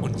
Und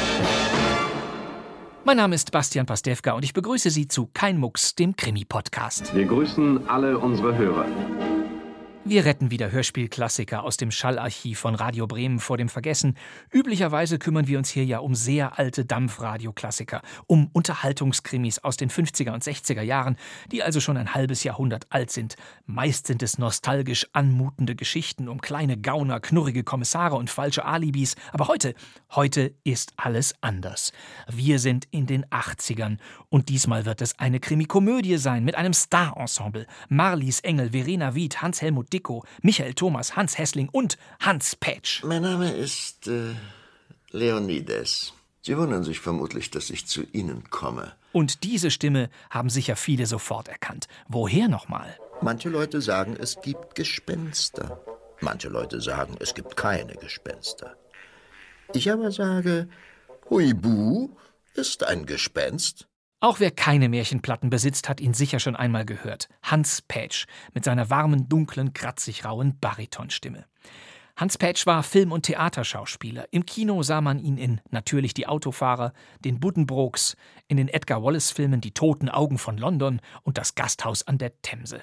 Mein Name ist Bastian Pastewka und ich begrüße Sie zu Kein Mucks, dem Krimi-Podcast. Wir grüßen alle unsere Hörer. Wir retten wieder Hörspielklassiker aus dem Schallarchiv von Radio Bremen vor dem Vergessen. Üblicherweise kümmern wir uns hier ja um sehr alte Dampfradioklassiker, um Unterhaltungskrimis aus den 50er und 60er Jahren, die also schon ein halbes Jahrhundert alt sind. Meist sind es nostalgisch anmutende Geschichten um kleine Gauner, knurrige Kommissare und falsche Alibis. Aber heute, heute ist alles anders. Wir sind in den 80ern und diesmal wird es eine Krimikomödie sein mit einem Starensemble. Marlies Engel, Verena Wied, Hans-Helmut Dicko, Michael Thomas, Hans Hessling und Hans Petsch. Mein Name ist äh, Leonides. Sie wundern sich vermutlich, dass ich zu Ihnen komme. Und diese Stimme haben sicher viele sofort erkannt. Woher nochmal? Manche Leute sagen, es gibt Gespenster. Manche Leute sagen, es gibt keine Gespenster. Ich aber sage, Huibu ist ein Gespenst. Auch wer keine Märchenplatten besitzt, hat ihn sicher schon einmal gehört. Hans Pätsch mit seiner warmen, dunklen, kratzig-rauen Baritonstimme. Hans Pätsch war Film- und Theaterschauspieler. Im Kino sah man ihn in Natürlich die Autofahrer, den Buddenbrooks, in den Edgar Wallace-Filmen Die toten Augen von London und Das Gasthaus an der Themse.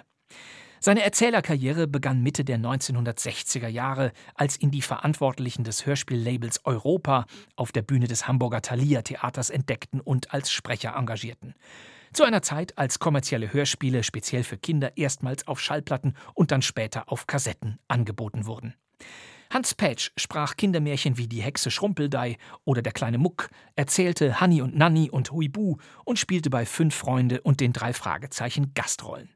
Seine Erzählerkarriere begann Mitte der 1960er Jahre, als ihn die Verantwortlichen des Hörspiellabels Europa auf der Bühne des Hamburger Thalia Theaters entdeckten und als Sprecher engagierten. Zu einer Zeit, als kommerzielle Hörspiele speziell für Kinder erstmals auf Schallplatten und dann später auf Kassetten angeboten wurden. Hans Petsch sprach Kindermärchen wie die Hexe Schrumpeldei oder der kleine Muck, erzählte Hanni und Nanni und Huibu und spielte bei Fünf Freunde und den drei Fragezeichen Gastrollen.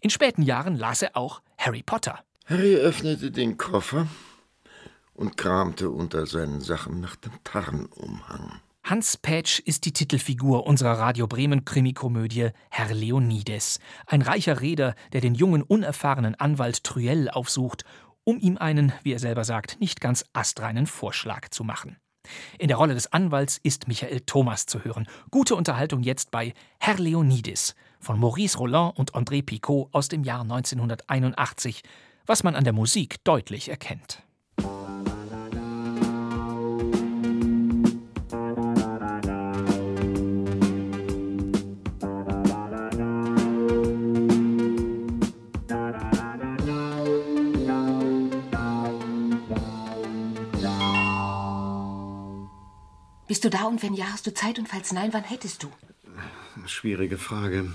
In späten Jahren las er auch Harry Potter. Harry öffnete den Koffer und kramte unter seinen Sachen nach dem Tarnumhang. Hans Pätsch ist die Titelfigur unserer Radio Bremen Krimikomödie Herr Leonides, ein reicher Reeder, der den jungen unerfahrenen Anwalt Truell aufsucht, um ihm einen, wie er selber sagt, nicht ganz astreinen Vorschlag zu machen. In der Rolle des Anwalts ist Michael Thomas zu hören. Gute Unterhaltung jetzt bei Herr Leonides von Maurice Roland und André Picot aus dem Jahr 1981, was man an der Musik deutlich erkennt. Bist du da und wenn ja, hast du Zeit und falls nein, wann hättest du? Schwierige Frage.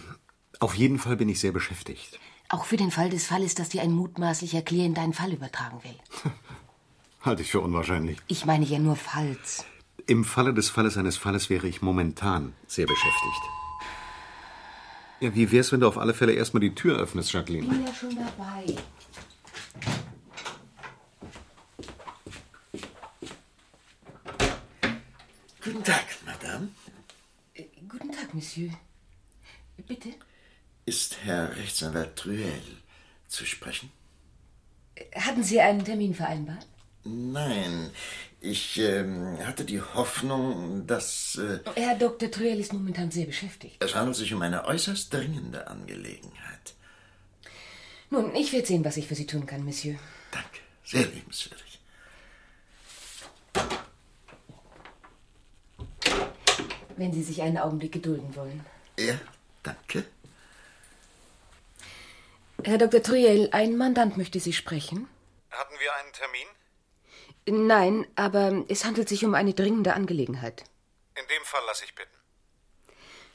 Auf jeden Fall bin ich sehr beschäftigt. Auch für den Fall des Falles, dass dir ein mutmaßlicher Klient deinen Fall übertragen will. Halte ich für unwahrscheinlich. Ich meine ja nur falls. Im Falle des Falles eines Falles wäre ich momentan sehr beschäftigt. Ja, wie wär's, wenn du auf alle Fälle erstmal die Tür öffnest, Jacqueline? Bin ja schon dabei. Guten Tag, Madame. Guten Tag, Monsieur. Bitte? Ist Herr Rechtsanwalt Truel zu sprechen? Hatten Sie einen Termin vereinbart? Nein, ich ähm, hatte die Hoffnung, dass äh, Herr Dr. Truell ist momentan sehr beschäftigt. es handelt sich um eine äußerst dringende Angelegenheit. Nun, ich werde sehen, was ich für Sie tun kann, Monsieur. Danke, sehr liebenswürdig. Wenn Sie sich einen Augenblick gedulden wollen. Ja, danke. Herr Dr. Truell, ein Mandant möchte Sie sprechen. Hatten wir einen Termin? Nein, aber es handelt sich um eine dringende Angelegenheit. In dem Fall lasse ich bitten.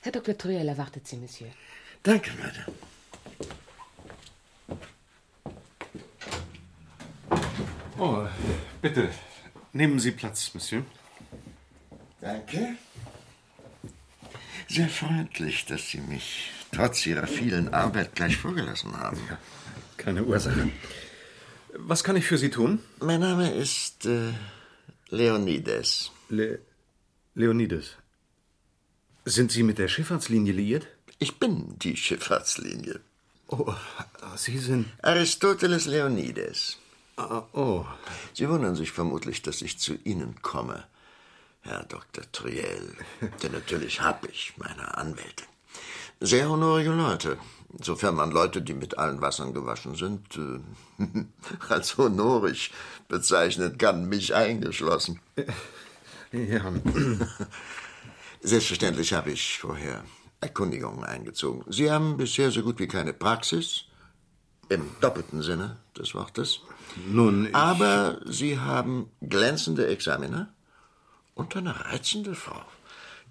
Herr Dr. Truell erwartet Sie, Monsieur. Danke, Madame. Oh, bitte. Nehmen Sie Platz, Monsieur. Danke. Sehr freundlich, dass Sie mich trotz Ihrer vielen Arbeit gleich vorgelassen haben. Keine Ursache. Was kann ich für Sie tun? Mein Name ist äh, Leonides. Le Leonides. Sind Sie mit der Schifffahrtslinie liiert? Ich bin die Schifffahrtslinie. Oh, Sie sind. Hm. Aristoteles Leonides. ah, Oh, Sie wundern sich vermutlich, dass ich zu Ihnen komme, Herr Dr. Triel. Denn natürlich habe ich meine Anwälte. Sehr honorige Leute, sofern man Leute, die mit allen Wassern gewaschen sind, äh, als honorisch bezeichnen kann, mich eingeschlossen. äh, ja. Selbstverständlich habe ich vorher Erkundigungen eingezogen. Sie haben bisher so gut wie keine Praxis, im doppelten Sinne des Wortes. Nun, ich- Aber Sie haben glänzende Examiner und eine reizende Frau,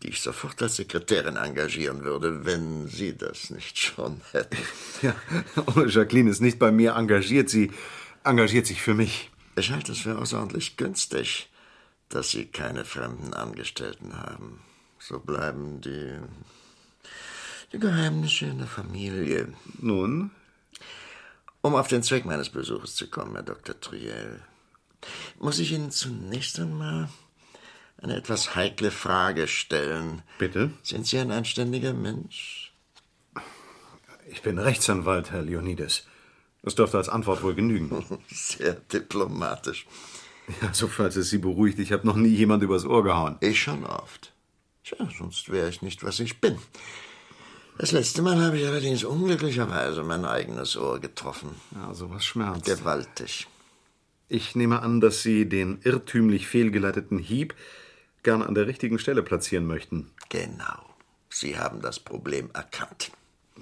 die ich sofort als Sekretärin engagieren würde, wenn Sie das nicht schon hätten. ja. Oh, Jacqueline ist nicht bei mir engagiert. Sie engagiert sich für mich. Ich halte es für außerordentlich günstig, dass Sie keine fremden Angestellten haben. So bleiben die, die Geheimnisse in der Familie. Nun? Um auf den Zweck meines Besuches zu kommen, Herr Dr. Triel, muss ich Ihnen zunächst einmal eine etwas heikle Frage stellen. Bitte? Sind Sie ein anständiger Mensch? Ich bin Rechtsanwalt, Herr Leonides. Das dürfte als Antwort wohl genügen. Sehr diplomatisch. Ja, so falls es Sie beruhigt, ich habe noch nie jemand übers Ohr gehauen. Ich schon oft. Tja, sonst wäre ich nicht, was ich bin. Das letzte Mal habe ich allerdings unglücklicherweise mein eigenes Ohr getroffen. Ja, sowas schmerzt. Gewaltig. Ich nehme an, dass Sie den irrtümlich fehlgeleiteten Hieb gern an der richtigen Stelle platzieren möchten. Genau. Sie haben das Problem erkannt.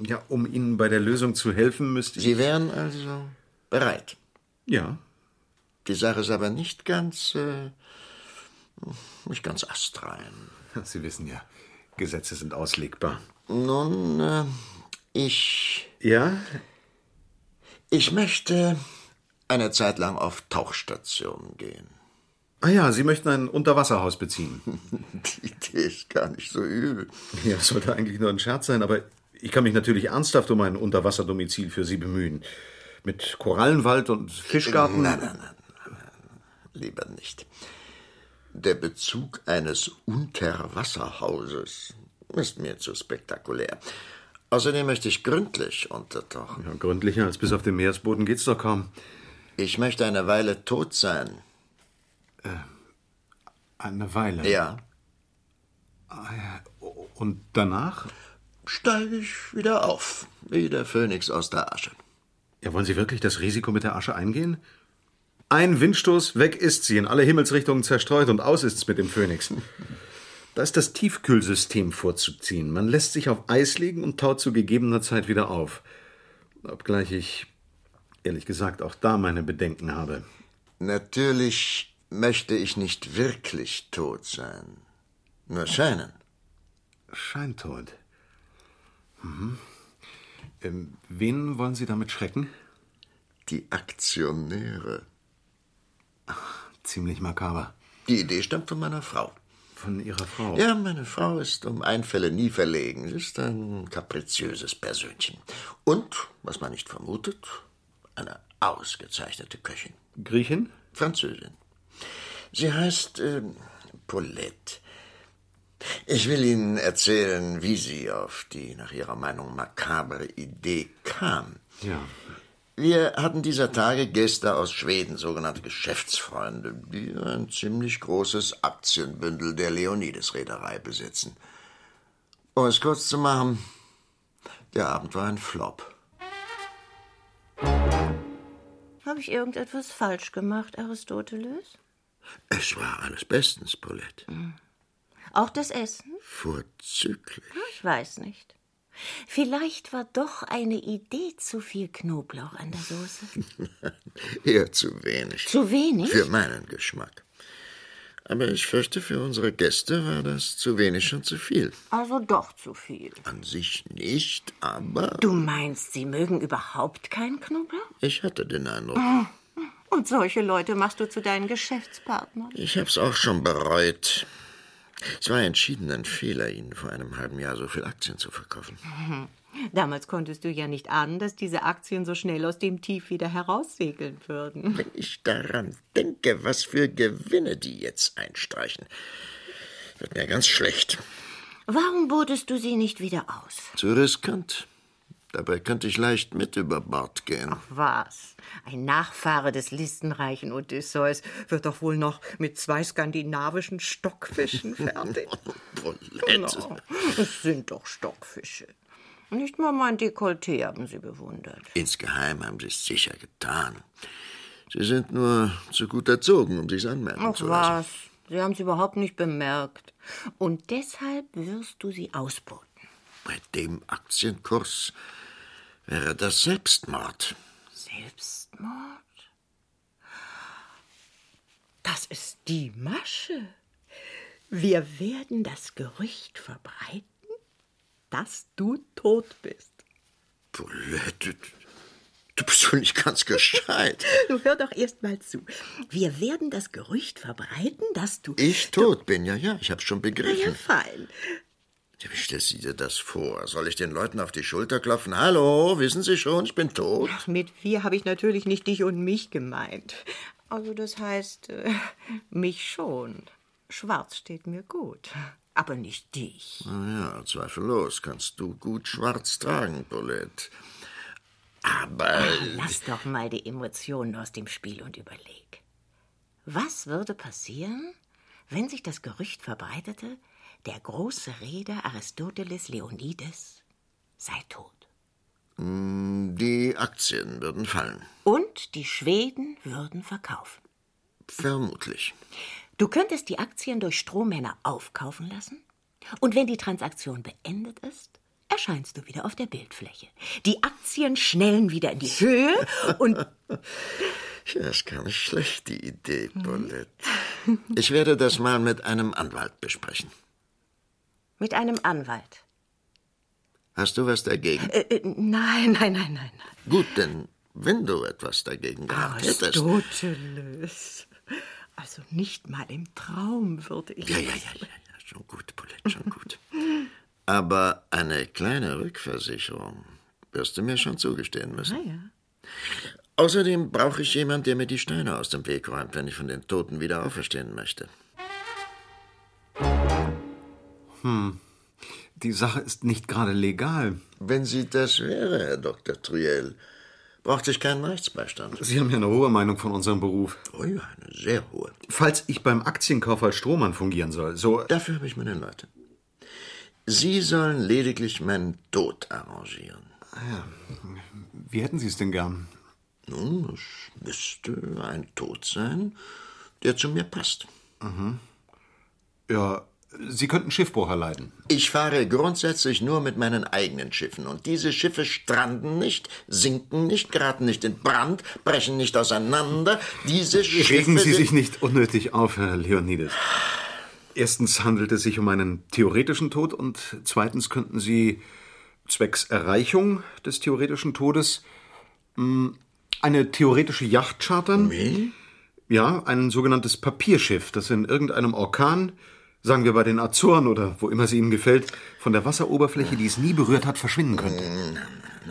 Ja, um Ihnen bei der Lösung zu helfen, müsste ich. Sie wären also bereit. Ja. Die Sache ist aber nicht ganz, äh, nicht ganz astrein. Sie wissen ja, Gesetze sind auslegbar. Nun, äh, ich, Ja? ich möchte eine Zeit lang auf Tauchstationen gehen. Ah ja, Sie möchten ein Unterwasserhaus beziehen. Die Idee ist gar nicht so übel. Ja, das sollte eigentlich nur ein Scherz sein, aber ich kann mich natürlich ernsthaft um ein Unterwasserdomizil für Sie bemühen. Mit Korallenwald und Fischgarten. Nein, nein, nein, lieber nicht. Der Bezug eines Unterwasserhauses ist mir zu spektakulär. Außerdem möchte ich gründlich untertauchen. Ja, gründlicher als bis auf den Meeresboden geht's doch kaum. Ich möchte eine Weile tot sein. Äh, Eine Weile. Ja, Und danach? steige ich wieder auf, wie der Phönix aus der Asche. Ja, wollen Sie wirklich das Risiko mit der Asche eingehen? Ein Windstoß, weg ist sie, in alle Himmelsrichtungen zerstreut und aus ist's mit dem Phönix. Da ist das Tiefkühlsystem vorzuziehen. Man lässt sich auf Eis legen und taut zu gegebener Zeit wieder auf. Obgleich ich, ehrlich gesagt, auch da meine Bedenken habe. Natürlich möchte ich nicht wirklich tot sein. Nur scheinen. Scheintot. Mhm. Ähm, wen wollen Sie damit schrecken? Die Aktionäre. Ziemlich makaber. Die Idee stammt von meiner Frau. Von Ihrer Frau. Ja, meine Frau ist um Einfälle nie verlegen. Sie ist ein kapriziöses Persönchen. Und, was man nicht vermutet, eine ausgezeichnete Köchin. Griechin? Französin. Sie heißt ähm, Paulette. Ich will Ihnen erzählen, wie sie auf die nach ihrer Meinung makabre Idee kam. Ja. Wir hatten dieser Tage Gäste aus Schweden, sogenannte Geschäftsfreunde, die ein ziemlich großes Aktienbündel der Leonides-Reederei besitzen. Um es kurz zu machen, der Abend war ein Flop. Habe ich irgendetwas falsch gemacht, Aristoteles? Es war alles bestens, Paulette. Auch das Essen? Hm, Vorzüglich. Ich weiß nicht. Vielleicht war doch eine Idee zu viel Knoblauch an der Soße. Eher zu wenig. Zu wenig? Für meinen Geschmack. Aber ich fürchte, für unsere Gäste war das zu wenig und zu viel. Also doch zu viel. An sich nicht, aber Du meinst, sie mögen überhaupt keinen Knoblauch? Hm, ich hatte den Eindruck. Und solche Leute machst du zu deinen Geschäftspartnern? Ich hab's auch schon bereut. Es war entschieden ein Fehler, Ihnen vor einem halben Jahr so viel Aktien zu verkaufen. Hm. Damals konntest du ja nicht ahnen, dass diese Aktien so schnell aus dem Tief wieder heraussegeln würden. Wenn ich daran denke, was für Gewinne die jetzt einstreichen, wird mir ganz schlecht. Warum botest du sie nicht wieder aus? Zu riskant. Dabei könnte ich leicht mit über Bord gehen. Was? Ein Nachfahre des listenreichen Odysseus wird doch wohl noch mit zwei skandinavischen Stockfischen fertig. Bolette. Na, es sind doch Stockfische. Nicht mal mein Dekolleté haben sie bewundert. Insgeheim haben sie es sicher getan. Sie sind nur zu gut erzogen, um sich's anmerken Ach zu lassen. was, sie haben es überhaupt nicht bemerkt. Und deshalb wirst du sie ausboten. Bei dem Aktienkurs wäre das Selbstmord. Selbstmord? Das ist die Masche. Wir werden das Gerücht verbreiten, dass du tot bist. Bulette, du bist wohl nicht ganz gescheit. Du hör doch erst mal zu. Wir werden das Gerücht verbreiten, dass du. Ich tot bin, ja, ja, ich hab's schon Ja, begriffen. fein. Ja, Wie stellst du dir das vor? Soll ich den Leuten auf die Schulter klopfen? Hallo, wissen Sie schon, ich bin tot? Mit wir habe ich natürlich nicht dich und mich gemeint. Also das heißt, äh, mich schon. Schwarz steht mir gut, aber nicht dich. Ja, zweifellos kannst du gut schwarz tragen, Bulette. Aber Lass doch mal die Emotionen aus dem Spiel und überleg. Was würde passieren, wenn sich das Gerücht verbreitete, der große Rheder Aristoteles Leonides sei tot? mm, die Aktien würden fallen. Und die Schweden würden verkaufen. Vermutlich. Du könntest die Aktien durch Strohmänner aufkaufen lassen und wenn die Transaktion beendet ist, erscheinst du wieder auf der Bildfläche. Die Aktien schnellen wieder in die Höhe und Ja, ist gar nicht schlecht, die Idee, Mhm. Bulette. Ich werde das mal mit einem Anwalt besprechen. mit einem Anwalt. Hast du was dagegen? Äh, äh, nein, nein, nein, nein, nein. Gut, denn wenn du etwas dagegen gehabt hättest. Aristoteles. Also nicht mal im Traum würde ich. Ja, ja, ja, ja, ja, schon gut, Bulette, schon gut. Aber eine kleine Rückversicherung wirst du mir schon zugestehen müssen. Außerdem brauche ich jemanden, der mir die Steine aus dem Weg räumt, wenn ich von den Toten wieder auferstehen möchte. Hm, Die Sache ist nicht gerade legal. Wenn sie das wäre, Herr Dr. Triel, brauchte ich keinen Rechtsbeistand. Sie haben ja eine hohe Meinung von unserem Beruf. Oh ja, eine sehr hohe. Falls ich beim Aktienkauf als Strohmann fungieren soll, so. Dafür habe ich meine Leute. Sie sollen lediglich meinen Tod arrangieren. Ah Wie hätten Sie es denn gern? Nun, es müsste ein Tod sein, der zu mir passt. Mhm. Ja, Sie könnten Schiffbruch erleiden. Ich fahre grundsätzlich nur mit meinen eigenen Schiffen und diese Schiffe stranden nicht, sinken nicht, geraten nicht in Brand, brechen nicht auseinander. Diese Schiffe Regen Sie sind- sich nicht unnötig auf, Herr Leonides. Erstens handelt es sich um einen theoretischen Tod und zweitens könnten Sie zwecks Erreichung des theoretischen Todes mh, eine theoretische Yacht chartern. Wie? Ja, ein sogenanntes Papierschiff, das in irgendeinem Orkan, sagen wir bei den Azoren oder wo immer sie Ihnen gefällt, von der Wasseroberfläche, die es nie berührt hat, verschwinden könnte.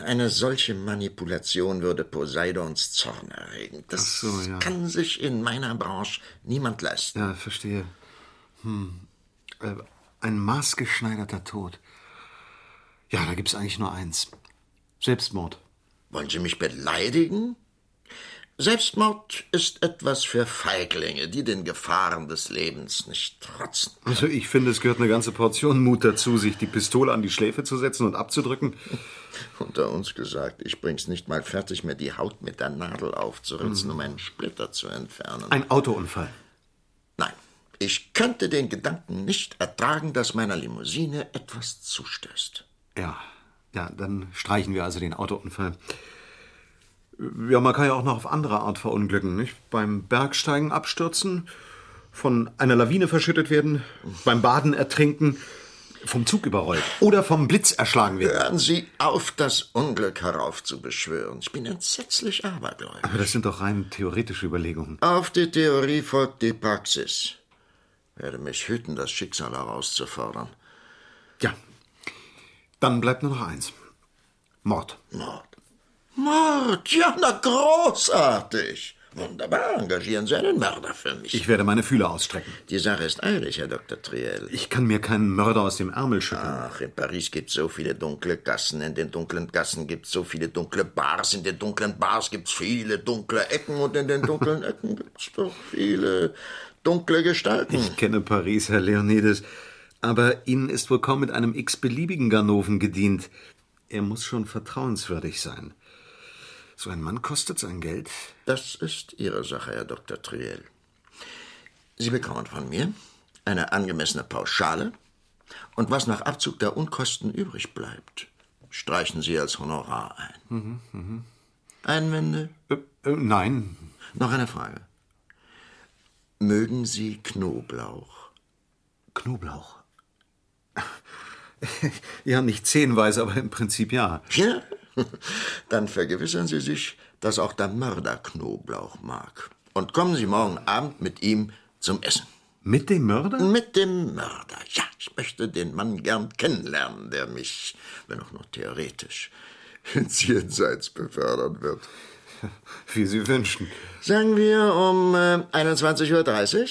Eine solche Manipulation würde Poseidons Zorn erregen. Das ja. kann sich in meiner Branche niemand leisten. Ja, verstehe. Hm. Äh, Ein maßgeschneiderter Tod. Ja, da gibt's eigentlich nur eins. Selbstmord. Wollen Sie mich beleidigen? Selbstmord ist etwas für Feiglinge, die den Gefahren des Lebens nicht trotzen. Also ich finde, es gehört eine ganze Portion Mut dazu, sich die Pistole an die Schläfe zu setzen und abzudrücken. Unter uns gesagt, ich bring's nicht mal fertig, mir die Haut mit der Nadel aufzuritzen, um einen Splitter zu entfernen. Mhm. Ein Autounfall. Nein, ich könnte den Gedanken nicht ertragen, dass meiner Limousine etwas zustößt. Ja, ja, dann streichen wir also den Autounfall. Ja, man kann ja auch noch auf andere Art verunglücken, nicht? Beim Bergsteigen abstürzen, von einer Lawine verschüttet werden, beim Baden ertrinken, vom Zug überrollt oder vom Blitz erschlagen werden. Hören Sie auf, das Unglück heraufzubeschwören. Ich bin entsetzlich abergläubig. Aber das sind doch rein theoretische Überlegungen. Auf die Theorie folgt die Praxis. Werde mich hüten, das Schicksal herauszufordern. Ja, dann bleibt nur noch eins. Mord. Mord. Mord? Ja, na großartig. Wunderbar, engagieren Sie einen Mörder für mich. Ich werde meine Fühler ausstrecken. Die Sache ist eilig, Herr Dr. Triel. Ich kann mir keinen Mörder aus dem Ärmel schütteln. Ach, in Paris gibt's so viele dunkle Gassen, in den dunklen Gassen gibt's so viele dunkle Bars, in den dunklen Bars gibt's viele dunkle Ecken und in den dunklen Ecken gibt's doch viele dunkle Gestalten. Ich kenne Paris, Herr Leonides, aber Ihnen ist wohl kaum mit einem x-beliebigen Ganoven gedient. Er muss schon vertrauenswürdig sein. So ein Mann kostet sein Geld. Das ist Ihre Sache, Herr Dr. Triel. Sie bekommen von mir eine angemessene Pauschale und was nach Abzug der Unkosten übrig bleibt, streichen Sie als Honorar ein. Mhm, Einwände? Äh, äh, nein, Noch eine Frage. Mögen Sie Knoblauch? Knoblauch. Ja, nicht zehnweise, aber im Prinzip ja. Ja? Dann vergewissern Sie sich, dass auch der Mörder Knoblauch mag. Und kommen Sie morgen Abend mit ihm zum Essen. Mit dem Mörder? Mit dem Mörder. Ja, ich möchte den Mann gern kennenlernen, der mich, wenn auch nur theoretisch, ins Jenseits befördern wird. Wie Sie wünschen. Sagen wir um äh, 21.30 Uhr.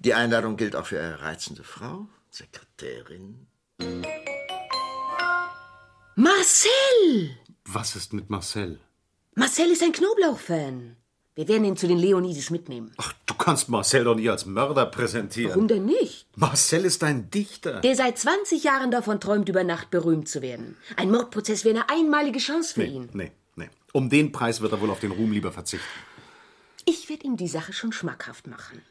Die Einladung gilt auch für Ihre reizende Frau, Sekretärin. Marcel! Was ist mit Marcel? Marcel ist ein Knoblauchfan. Wir werden ihn zu den Leonides mitnehmen. Ach, du kannst Marcel doch nie als Mörder Warum präsentieren. denn nicht? Marcel ist ein Dichter. Der seit 20 Jahren davon träumt, über Nacht berühmt zu werden. Ein Mordprozess wäre eine einmalige Chance für ihn. Nee, nee. Um den Preis wird er wohl auf den Ruhm lieber verzichten. Ich werde ihm die Sache schon schmackhaft machen.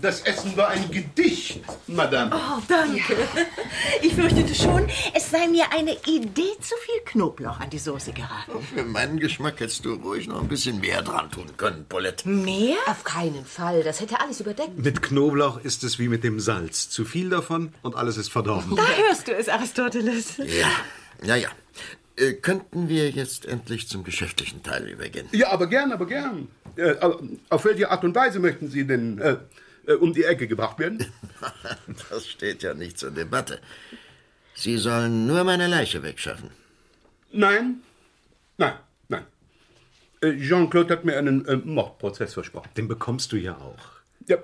Das Essen war ein Gedicht, Madame. Oh, danke. Ich fürchtete schon, es sei mir eine Idee zu viel Knoblauch an die Soße geraten. Für meinen Geschmack hättest du ruhig noch ein bisschen mehr dran tun können, Paulette. Mehr? Auf keinen Fall. Das hätte alles überdeckt. Mit Knoblauch ist es wie mit dem Salz. Zu viel davon und alles ist verdorben. Da hörst du es, Aristoteles. Ja, ja, ja. Äh, könnten wir jetzt endlich zum geschäftlichen Teil übergehen? Ja, aber gern, aber gern. Äh, aber auf welche Art und Weise möchten Sie denn äh, äh, um die Ecke gebracht werden? Das steht ja nicht zur Debatte. Sie sollen nur meine Leiche wegschaffen. Nein, nein, nein. Äh, Jean-Claude hat mir einen äh, Mordprozess versprochen. Den bekommst du ja auch. Ja.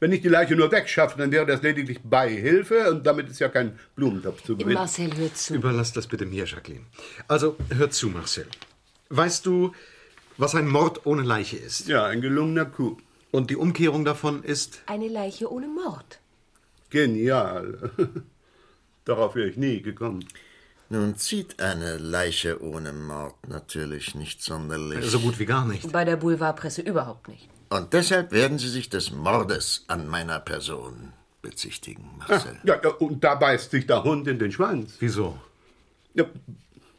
Wenn ich die Leiche nur wegschaffe, dann wäre das lediglich Beihilfe und damit ist ja kein Blumentopf zu gewinnen. Marcel, hör zu. Überlass das bitte mir, Jacqueline. Also, hör zu, Marcel. Weißt du, was ein Mord ohne Leiche ist? Ja, ein gelungener Coup. Und die Umkehrung davon ist, Eine Leiche ohne Mord. Genial. Darauf wäre ich nie gekommen. Nun zieht eine Leiche ohne Mord natürlich nicht sonderlich. so gut wie gar nicht. Bei der Boulevardpresse überhaupt nicht. Und deshalb werden Sie sich des Mordes an meiner Person bezichtigen, Marcel. Ah, Ja, ja, und da beißt sich der Hund in den Schwanz. Wieso? Ja,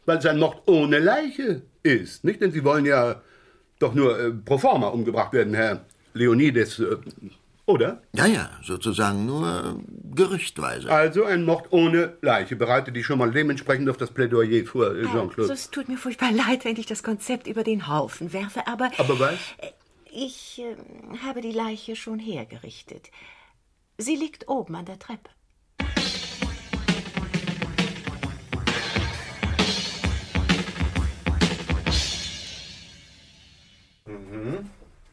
weil sein Mord ohne Leiche ist, nicht? Denn Sie wollen ja doch nur äh, pro forma umgebracht werden, Herr Leonides, äh, oder? Ja, ja, sozusagen nur äh, gerüchtweise. Also ein Mord ohne Leiche. Bereite dich schon mal dementsprechend auf das Plädoyer vor, äh, Also, Jean-Claude. es tut mir furchtbar leid, wenn ich das Konzept über den Haufen werfe, aber Aber was? ich äh, habe die Leiche schon hergerichtet. Sie liegt oben an der Treppe. Mhm.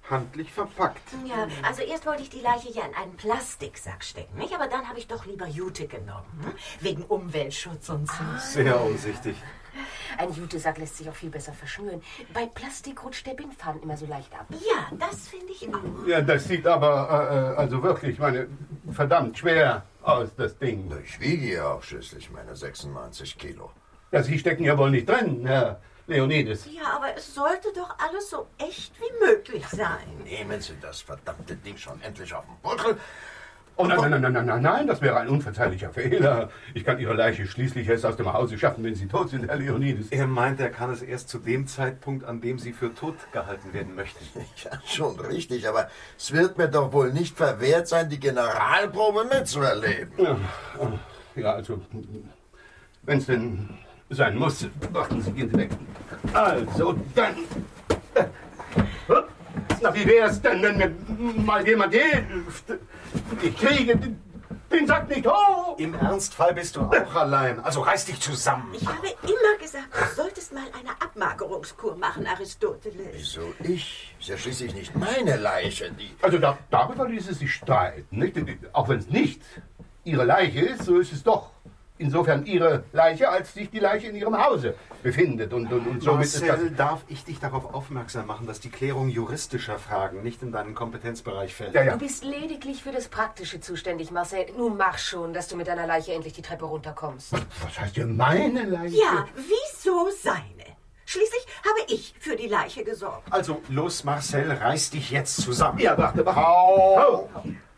Handlich verpackt. Ja, also erst wollte ich die Leiche ja in einen Plastiksack stecken, nicht? Aber dann habe ich doch lieber Jute genommen, hm? wegen Umweltschutz und so. Ah. Sehr umsichtig. Ein Jutesack lässt sich auch viel besser verschnüren. Bei Plastik rutscht der Bindfaden immer so leicht ab. Ja, das finde ich auch. Ja, das sieht aber, äh, äh, also wirklich, meine, verdammt schwer aus, das Ding. Ich wiege ja auch schließlich meine 96 Kilo. Ja, Sie stecken ja wohl nicht drin, Herr Leonides. Ja, aber es sollte doch alles so echt wie möglich sein. Nehmen Sie das verdammte Ding schon endlich auf den Buckel. Oh nein, nein, nein, nein, nein, nein, nein, das wäre ein unverzeihlicher Fehler. Ich kann Ihre Leiche schließlich erst aus dem Hause schaffen, wenn Sie tot sind, Herr Leonides. Er meint, er kann es erst zu dem Zeitpunkt, an dem Sie für tot gehalten werden möchten. Ja, schon richtig, aber es wird mir doch wohl nicht verwehrt sein, die Generalprobe mitzuerleben. Ja, also, wenn es denn sein muss, warten Sie, gehen Sie weg. Also, dann. äh, Na, wie wär's denn, wenn mir mal jemand hilft? Ich kriege den Sack nicht hoch. Im Ernstfall bist du auch allein. Also reiß dich zusammen. Ich habe immer gesagt, du solltest mal eine Abmagerungskur machen, Aristoteles. Wieso ich? Ist ja schließlich nicht meine Leiche, die. Also da, darüber ließ es sich streiten. Nicht? Auch wenn es nicht ihre Leiche ist, so ist es doch. Insofern ihre Leiche, als sich die Leiche in ihrem Hause befindet. Und, und, und somit ist das Marcel, darf ich dich darauf aufmerksam machen, dass die Klärung juristischer Fragen nicht in deinen Kompetenzbereich fällt? Du bist lediglich für das Praktische zuständig, Marcel. Nun mach schon, dass du mit deiner Leiche endlich die Treppe runterkommst. Was heißt denn meine Leiche? Ja, wieso seine? Schließlich habe ich für die Leiche gesorgt. Also los, Marcel, reiß dich jetzt zusammen. Ja, warte, warte. Hau.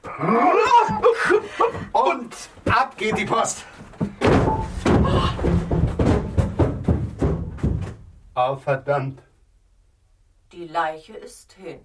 Und ab geht die Post. Ah, verdammt. Die Leiche ist hin.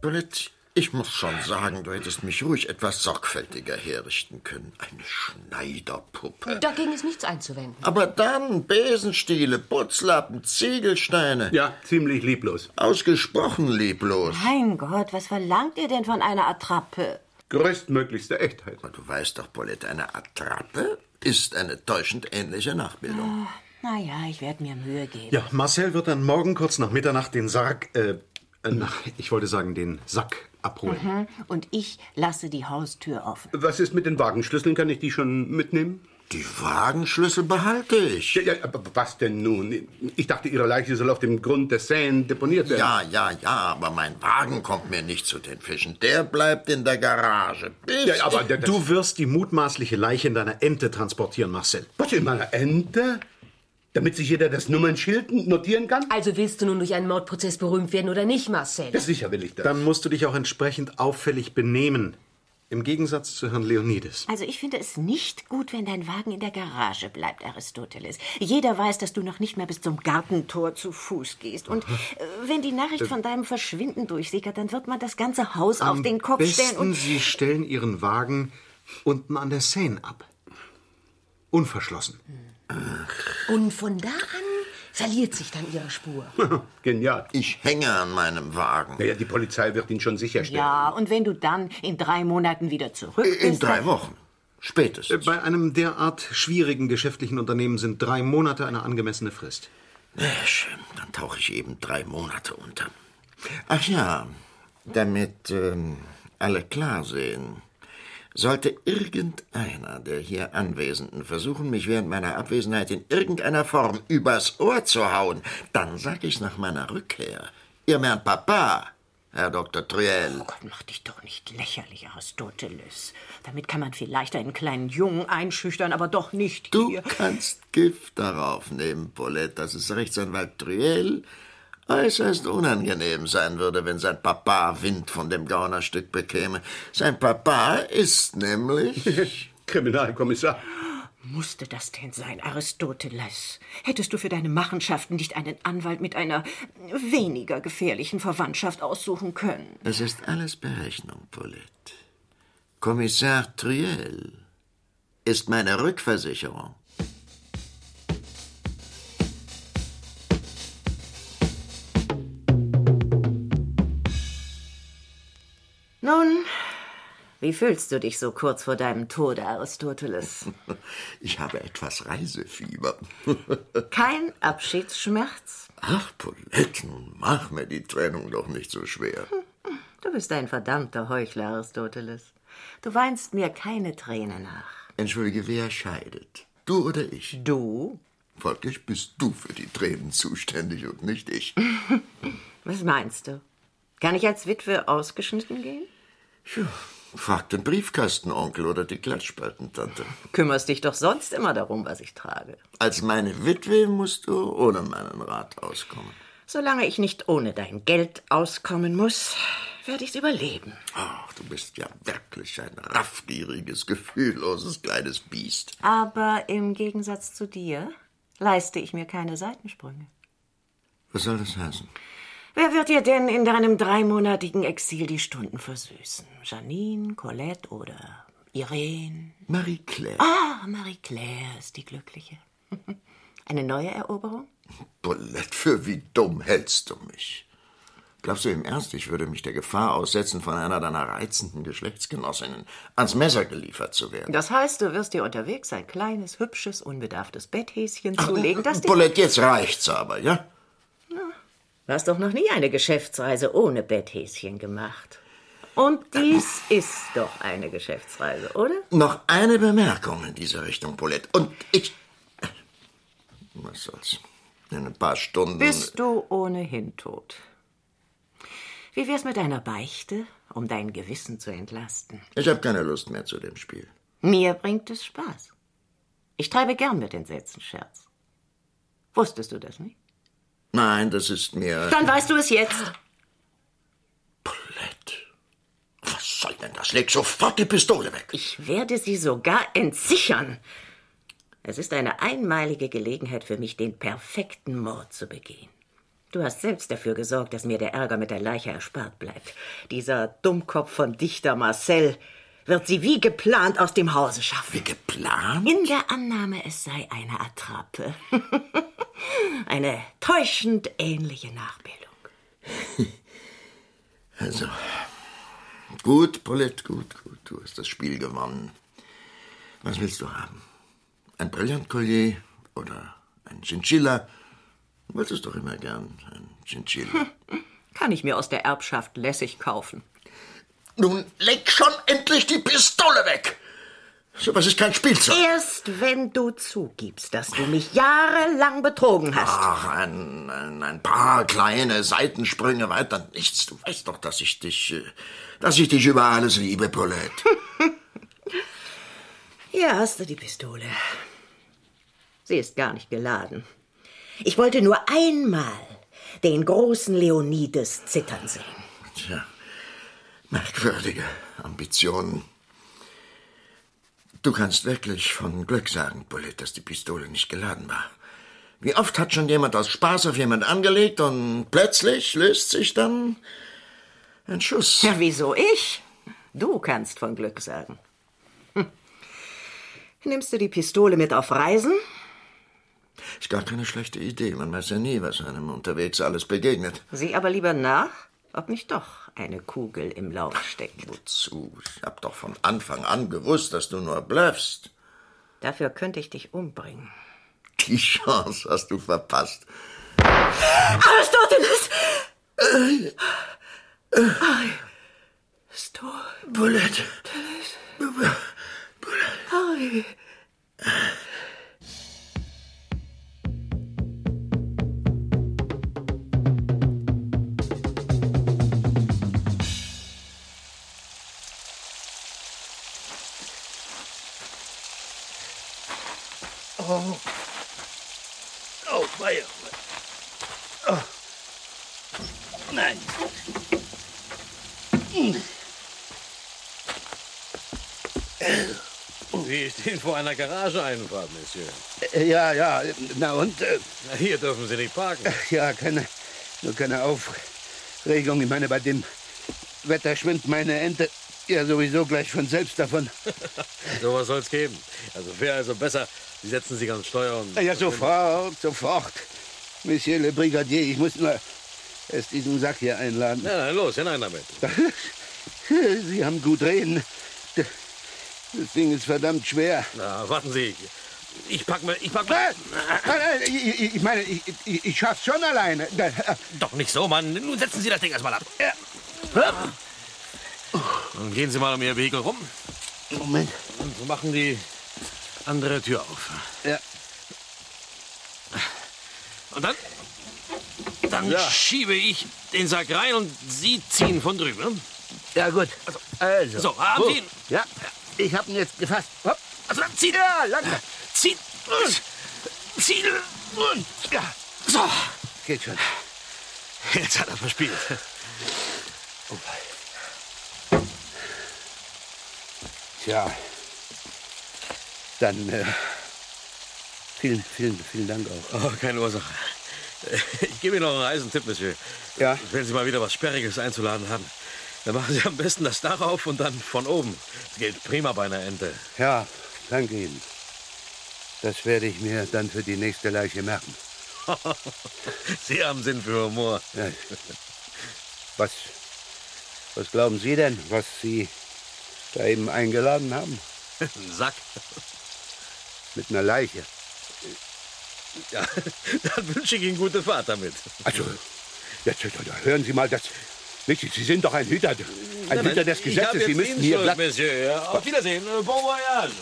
Bullet, ich muss schon sagen, du hättest mich ruhig etwas sorgfältiger herrichten können. Eine Schneiderpuppe. Dagegen ist nichts einzuwenden. Aber dann Besenstiele, Putzlappen, Ziegelsteine. Ja, ziemlich lieblos. Ausgesprochen lieblos. Mein Gott, was verlangt ihr denn von einer Attrappe? Größtmöglichste Echtheit. Du weißt doch, Bullet, eine Attrappe ist eine täuschend ähnliche Nachbildung. Ah, Na ja, ich werde mir Mühe geben. Ja, Marcel wird dann morgen kurz nach Mitternacht den Sarg, äh, äh, nach, ich wollte sagen, den Sack abholen. Mhm. Und ich lasse die Haustür offen. Was ist mit den Wagenschlüsseln? Kann ich die schon mitnehmen? Die Wagenschlüssel behalte ich. Ja, ja, aber was denn nun? Ich dachte, Ihre Leiche soll auf dem Grund der Seine deponiert werden. Ja, ja, ja, aber mein Wagen kommt mir nicht zu den Fischen. Der bleibt in der Garage. Bis Ja, aber der- Du wirst die mutmaßliche Leiche in deiner Ente transportieren, Marcel. Was in meiner Ente? Damit sich jeder das Nummernschild notieren kann? Also willst du nun durch einen Mordprozess berühmt werden oder nicht, Marcel? Ja, sicher will ich das. Dann musst du dich auch entsprechend auffällig benehmen. Im Gegensatz zu Herrn Leonides. Also ich finde es nicht gut, wenn dein Wagen in der Garage bleibt, Aristoteles. Jeder weiß, dass du noch nicht mehr bis zum Gartentor zu Fuß gehst. Und äh, wenn die Nachricht von deinem Verschwinden durchsickert, dann wird man das ganze Haus auf Am den Kopf besten, stellen und Sie stellen Ihren Wagen unten an der Seine ab. Unverschlossen. Und von da an verliert sich dann ihre Spur. Genial. Ich hänge an meinem Wagen. Naja, die Polizei wird ihn schon sicherstellen. ja, und wenn du dann in drei Monaten wieder zurück bist, Äh, In drei dann- Wochen. Spätestens. Bei einem derart schwierigen geschäftlichen Unternehmen sind drei Monate eine angemessene Frist. Ja, schön. Dann tauche ich eben drei Monate unter. Ach ja, damit ähm, alle klar sehen, sollte irgendeiner der hier Anwesenden versuchen, mich während meiner Abwesenheit in irgendeiner Form übers Ohr zu hauen, dann sag ich nach meiner Rückkehr, ihr mein Papa, Herr Dr. Truel. Oh Gott, mach dich doch nicht lächerlich, Aristoteles. Damit kann man vielleicht einen kleinen Jungen einschüchtern, aber doch nicht Du hier. kannst Gift darauf nehmen, Paulette, dass es Rechtsanwalt Truel äußerst unangenehm sein würde, wenn sein Papa Wind von dem Gaunerstück bekäme. Sein Papa ist nämlich... Kriminalkommissar. Musste das denn sein, Aristoteles? Hättest du für deine Machenschaften nicht einen Anwalt mit einer weniger gefährlichen Verwandtschaft aussuchen können? Es ist alles Berechnung, Paulette. Kommissar Truel ist meine Rückversicherung. Nun, wie fühlst du dich so kurz vor deinem Tode, Aristoteles? Ich habe etwas Reisefieber. Kein Abschiedsschmerz? Ach, Paulette, nun mach mir die Trennung doch nicht so schwer. Du bist ein verdammter Heuchler, Aristoteles. Du weinst mir keine Träne nach. Entschuldige, wer scheidet? Du oder ich? Du? Folglich bist du für die Tränen zuständig und nicht ich. Was meinst du? Kann ich als Witwe ausgeschnitten gehen? Frag den Briefkastenonkel oder die Klatschspaltentante. Kümmerst dich doch sonst immer darum, was ich trage. Als meine Witwe musst du ohne meinen Rat auskommen. Solange ich nicht ohne dein Geld auskommen muss, werde ich's überleben. Ach, du bist ja wirklich ein raffgieriges, gefühlloses kleines Biest. Aber im Gegensatz zu dir leiste ich mir keine Seitensprünge. Was soll das heißen? Wer wird dir denn in deinem dreimonatigen Exil die Stunden versüßen? Janine, Colette oder Irene? Marie Claire. Ah, Marie Claire ist die Glückliche. Eine neue Eroberung? Bullet, für wie dumm hältst du mich? Glaubst du im Ernst, ich würde mich der Gefahr aussetzen, von einer deiner reizenden Geschlechtsgenossinnen ans Messer geliefert zu werden? Das heißt, du wirst dir unterwegs ein kleines, hübsches, unbedarftes Betthäschen zulegen, das dich... Bullet, jetzt reicht's aber, ja? Du hast doch noch nie eine Geschäftsreise ohne Betthäschen gemacht. Und dies ist doch eine Geschäftsreise, oder? Noch eine Bemerkung in diese Richtung, Bullet. Und ich. Was soll's? In ein paar Stunden. Bist du ohnehin tot? Wie wär's mit einer Beichte, um dein Gewissen zu entlasten? Ich habe keine Lust mehr zu dem Spiel. Mir bringt es Spaß. Ich treibe gern mit Entsetzen Scherz. Wusstest du das nicht? Nein, das ist mir. Dann weißt du es jetzt. Was soll denn das? Leg sofort die Pistole weg. Ich werde sie sogar entsichern. Es ist eine einmalige Gelegenheit für mich, den perfekten Mord zu begehen. Du hast selbst dafür gesorgt, dass mir der Ärger mit der Leiche erspart bleibt. Dieser Dummkopf von Dichter Marcel wird sie wie geplant aus dem Hause schaffen. Wie geplant? In der Annahme, es sei eine Attrappe. eine täuschend ähnliche Nachbildung. Also. Gut, Paulette, gut, gut. Du hast das Spiel gewonnen. Was willst du haben? Ein Brillantkollier oder ein Chinchilla? Du wolltest doch immer gern ein Chinchilla. Hm. Kann ich mir aus der Erbschaft lässig kaufen. Nun leg schon endlich die Pistole weg! Sowas ist kein Spielzeug. Erst wenn du zugibst, dass du mich jahrelang betrogen hast. Ach, ein, ein, ein paar kleine Seitensprünge weiter nichts. Du weißt doch, dass ich dich, äh, dass ich dich über alles liebe, Paulette. Hier hast du die Pistole. Sie ist gar nicht geladen. Ich wollte nur einmal den großen Leonides zittern sehen. Tja, merkwürdige Ambitionen. Du kannst wirklich von Glück sagen, Bullet, dass die Pistole nicht geladen war. Wie oft hat schon jemand aus Spaß auf jemand angelegt und plötzlich löst sich dann ein Schuss. Ja, wieso ich? Du kannst von Glück sagen. Hm. Nimmst du die Pistole mit auf Reisen? Ist gar keine schlechte Idee. Man weiß ja nie, was einem unterwegs alles begegnet. Sieh aber lieber nach, ob nicht doch eine Kugel im Lauf steckt. Wozu? Ich hab doch von Anfang an gewusst, dass du nur bluffst. Dafür könnte ich dich umbringen. Die Chance hast du verpasst. Aristoteles! Sto Bullet. Bullet. Harry. Oh. Oh, weia. Oh. Nein. Wie ich den vor einer Garage einfahre, Monsieur. Äh, Ja, ja, na und? Äh, Na, hier dürfen Sie nicht parken. ja, keine, nur keine Aufregung. Ich meine, bei dem Wetter schwimmt meine Ente ja sowieso gleich von selbst davon. Sowas soll's geben. Also wäre also besser, Sie setzen sich ans Steuer und... Ja, sofort, sofort. Monsieur le Brigadier, ich muss nur erst diesen Sack hier einladen. Nein, nein, los, hinein damit. Sie haben gut reden. D- Das Ding ist verdammt schwer. Na, warten Sie. Ich pack mal... Ich pack mal... Nein, nein, ich, ich- ich meine, ich, ich, ich schaff's schon alleine. Da- äh, Doch nicht so, Mann. Nun setzen Sie das Ding erstmal ab. Nun gehen Sie mal um Ihr Vehikel rum. Moment. Und machen die andere Tür auf. Ja. Und dann? Dann Ja. schiebe ich den Sack rein und Sie ziehen von ne? drüber. Ja, gut. Also. So, haben Oh, Sie ihn? Ja, ich hab ihn jetzt gefasst. Hopp. Also dann zieht. Ja, langsam. Zieht. Zieht. Ja. So. Geht schon. Jetzt hat er verspielt. Tja. Dann, äh, vielen, vielen, vielen Dank auch. Oh, keine Ursache. Ich gebe Ihnen noch einen heißen Tipp, Monsieur. Ja? Wenn Sie mal wieder was Sperriges einzuladen haben, dann machen Sie am besten das Dach auf und dann von oben. Das gilt prima bei einer Ente. Ja, danke Ihnen. Das werde ich mir dann für die nächste Leiche merken. Sie haben Sinn für Humor. Ja. Was, was glauben Sie denn, was Sie da eben eingeladen haben? Ein Sack. Mit einer Leiche. Ja, dann wünsche ich Ihnen gute Fahrt damit. Also, jetzt, jetzt, jetzt, hören Sie mal, das. Nicht, Sie sind doch ein Hüter, ein Hüter des Gesetzes. Sie müssen hier. Schuld, Blatt- Monsieur. Ja, Auf Wiedersehen. Äh, Bon voyage.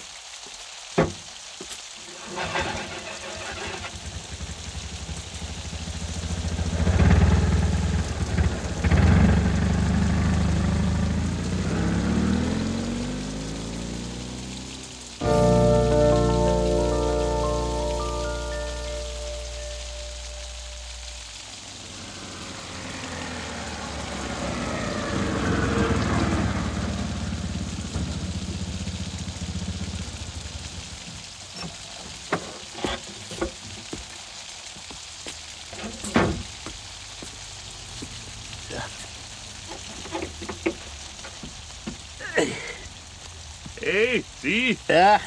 Hey, Sie? Ja.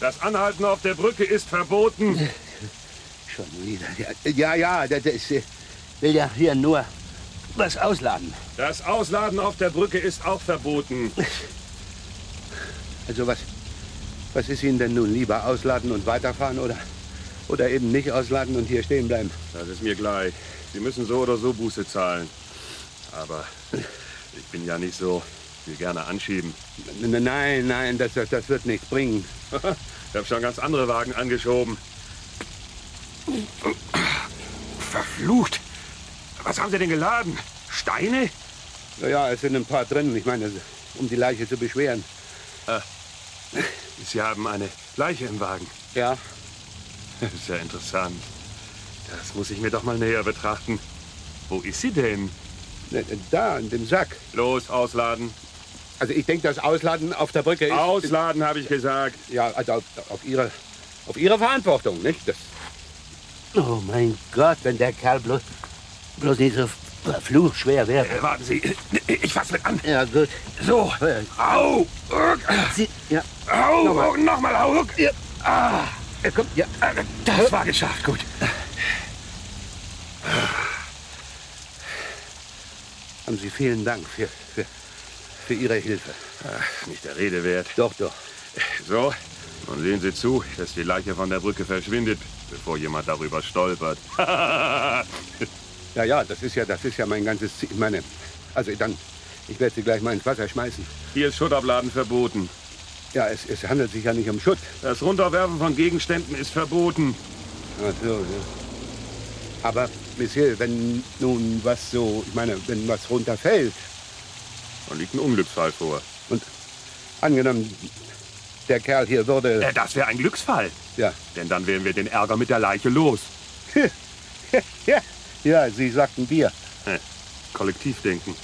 Das Anhalten auf der Brücke ist verboten. Schon wieder. Ja, ja, ja das ist, äh, will ja hier nur was ausladen. Das Ausladen auf der Brücke ist auch verboten. Also was, was ist Ihnen denn nun lieber? Ausladen und weiterfahren oder, oder eben nicht ausladen und hier stehen bleiben? Das ist mir gleich. Sie müssen so oder so Buße zahlen. Aber ich bin ja nicht so. Ich will gerne anschieben. Nein, nein, nein das, das, das wird nichts bringen. ich habe schon ganz andere Wagen angeschoben. Verflucht! Was haben Sie denn geladen? Steine? Ja, Ja, es sind ein paar drin. Ich meine, um die Leiche zu beschweren. Ah. Sie haben eine Leiche im Wagen. Ja. Das ist ja interessant. Das muss ich mir doch mal näher betrachten. Wo ist sie denn? Äh, Da, in dem Sack. Los, ausladen. Also ich denke, das Ausladen auf der Brücke ist... Ausladen, habe ich gesagt. Ja, also auf, auf, ihre, auf ihre Verantwortung, nicht? Das oh mein Gott, wenn der Kerl bloß, bloß nicht so verflucht schwer wäre. Äh, warten Sie, ich fasse mit an. Ja, gut. Äh. So. Au! Ruck. ja. Au! Nochmal. Nochmal, Nochmal au! Ruck. Ja. Ah, Äh, Er kommt, ja. das war geschafft, gut. Haben Sie vielen Dank für, für, für Ihre Hilfe. Ach, nicht der Rede wert. Doch, doch. So, nun sehen Sie zu, dass die Leiche von der Brücke verschwindet, bevor jemand darüber stolpert. Ja, ja, das ist ja, das ist ja mein ganzes Ziel. Ich meine, also dann, ich werde sie gleich mal ins Wasser schmeißen. Hier ist Schuttabladen verboten. Ja, es, es handelt sich ja nicht um Schutt. Das Runterwerfen von Gegenständen ist verboten. Ach so, ja. Aber, Monsieur, wenn nun was so, ich meine, wenn was runterfällt, Da liegt ein Unglücksfall vor. angenommen, der Kerl hier würde. Äh, das wäre ein Glücksfall. Ja. Denn dann wären wir den Ärger mit der Leiche los. ja, ja, Sie sagten Bier. Äh, Kollektivdenken.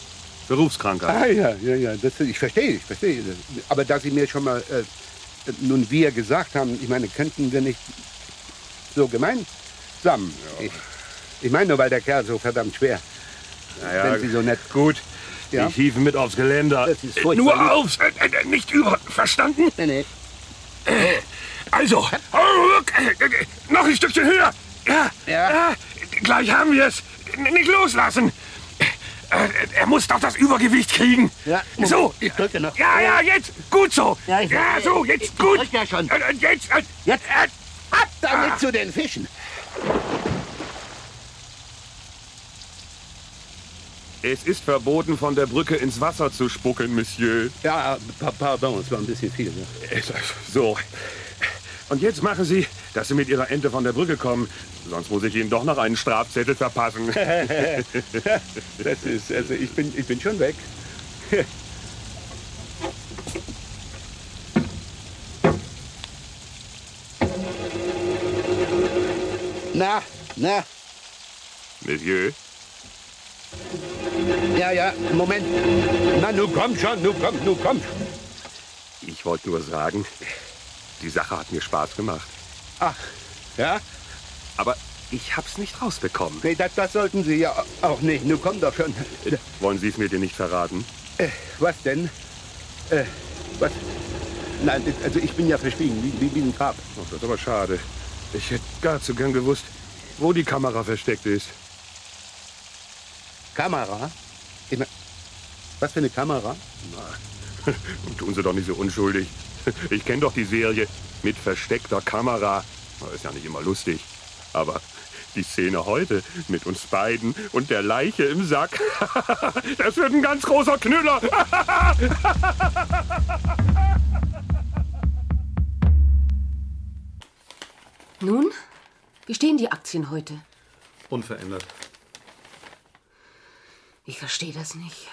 Berufskrankheit. Ah, ja, ja, ja, das, ich verstehe, ich verstehe. Aber da Sie mir schon mal äh, nun wir gesagt haben, ich meine, könnten wir nicht so gemein zusammen. Ich, ich meine nur, weil der Kerl so verdammt schwer, Naja, wenn Sie so nett. Gut. Ja. Ich hieven mit aufs Geländer. Das ist Äh, furchtbar Nur lieb. aufs, äh, äh, nicht über. Verstanden? Nee, nee. Äh, Also, oh, look, äh, äh, noch ein Stückchen höher. Ja, ja. gleich haben wir es. N- Nicht loslassen. Äh, äh, Er muss doch das Übergewicht kriegen. Ja, so. Oh, ich drücke noch. Ja, ja, jetzt. Gut so. Ja, ich- so, ich- jetzt ich gut. drück ja schon. Äh, äh, Jetzt. äh, Jetzt äh, ah. ab damit zu den Fischen. Es ist verboten, von der Brücke ins Wasser zu spucken, Monsieur. Äh, Ja, pa- pardon, es war ein bisschen viel. Ne? So. Und jetzt machen Sie, dass Sie mit Ihrer Ente von der Brücke kommen. Sonst muss ich Ihnen doch noch einen Strafzettel verpassen. das ist, also ich bin, ich bin schon weg. Na, na, Monsieur? ja, ja, Moment. Na, nun komm schon, nun komm, nun komm. Ich wollte nur sagen, die Sache hat mir Spaß gemacht. Ach, ja? Aber ich hab's nicht rausbekommen. Nee, das, das sollten Sie ja auch nicht. Nun komm doch schon. Äh, Wollen Sie es mir denn nicht verraten? Äh, was denn? Äh, was, Nein, also ich bin ja verschwiegen, wie, wie, wie ein Grab. Oh, das ist aber schade. Ich hätte gar zu gern gewusst, wo die Kamera versteckt ist. Kamera? Ich mein, was für eine Kamera? Na, und tun Sie doch nicht so unschuldig. Ich kenne doch die Serie mit versteckter Kamera. Na, Ist ja nicht immer lustig. Aber die Szene heute mit uns beiden und der Leiche im Sack, das wird ein ganz großer Knüller. Nun, wie stehen die Aktien heute? Unverändert. Ich verstehe das nicht.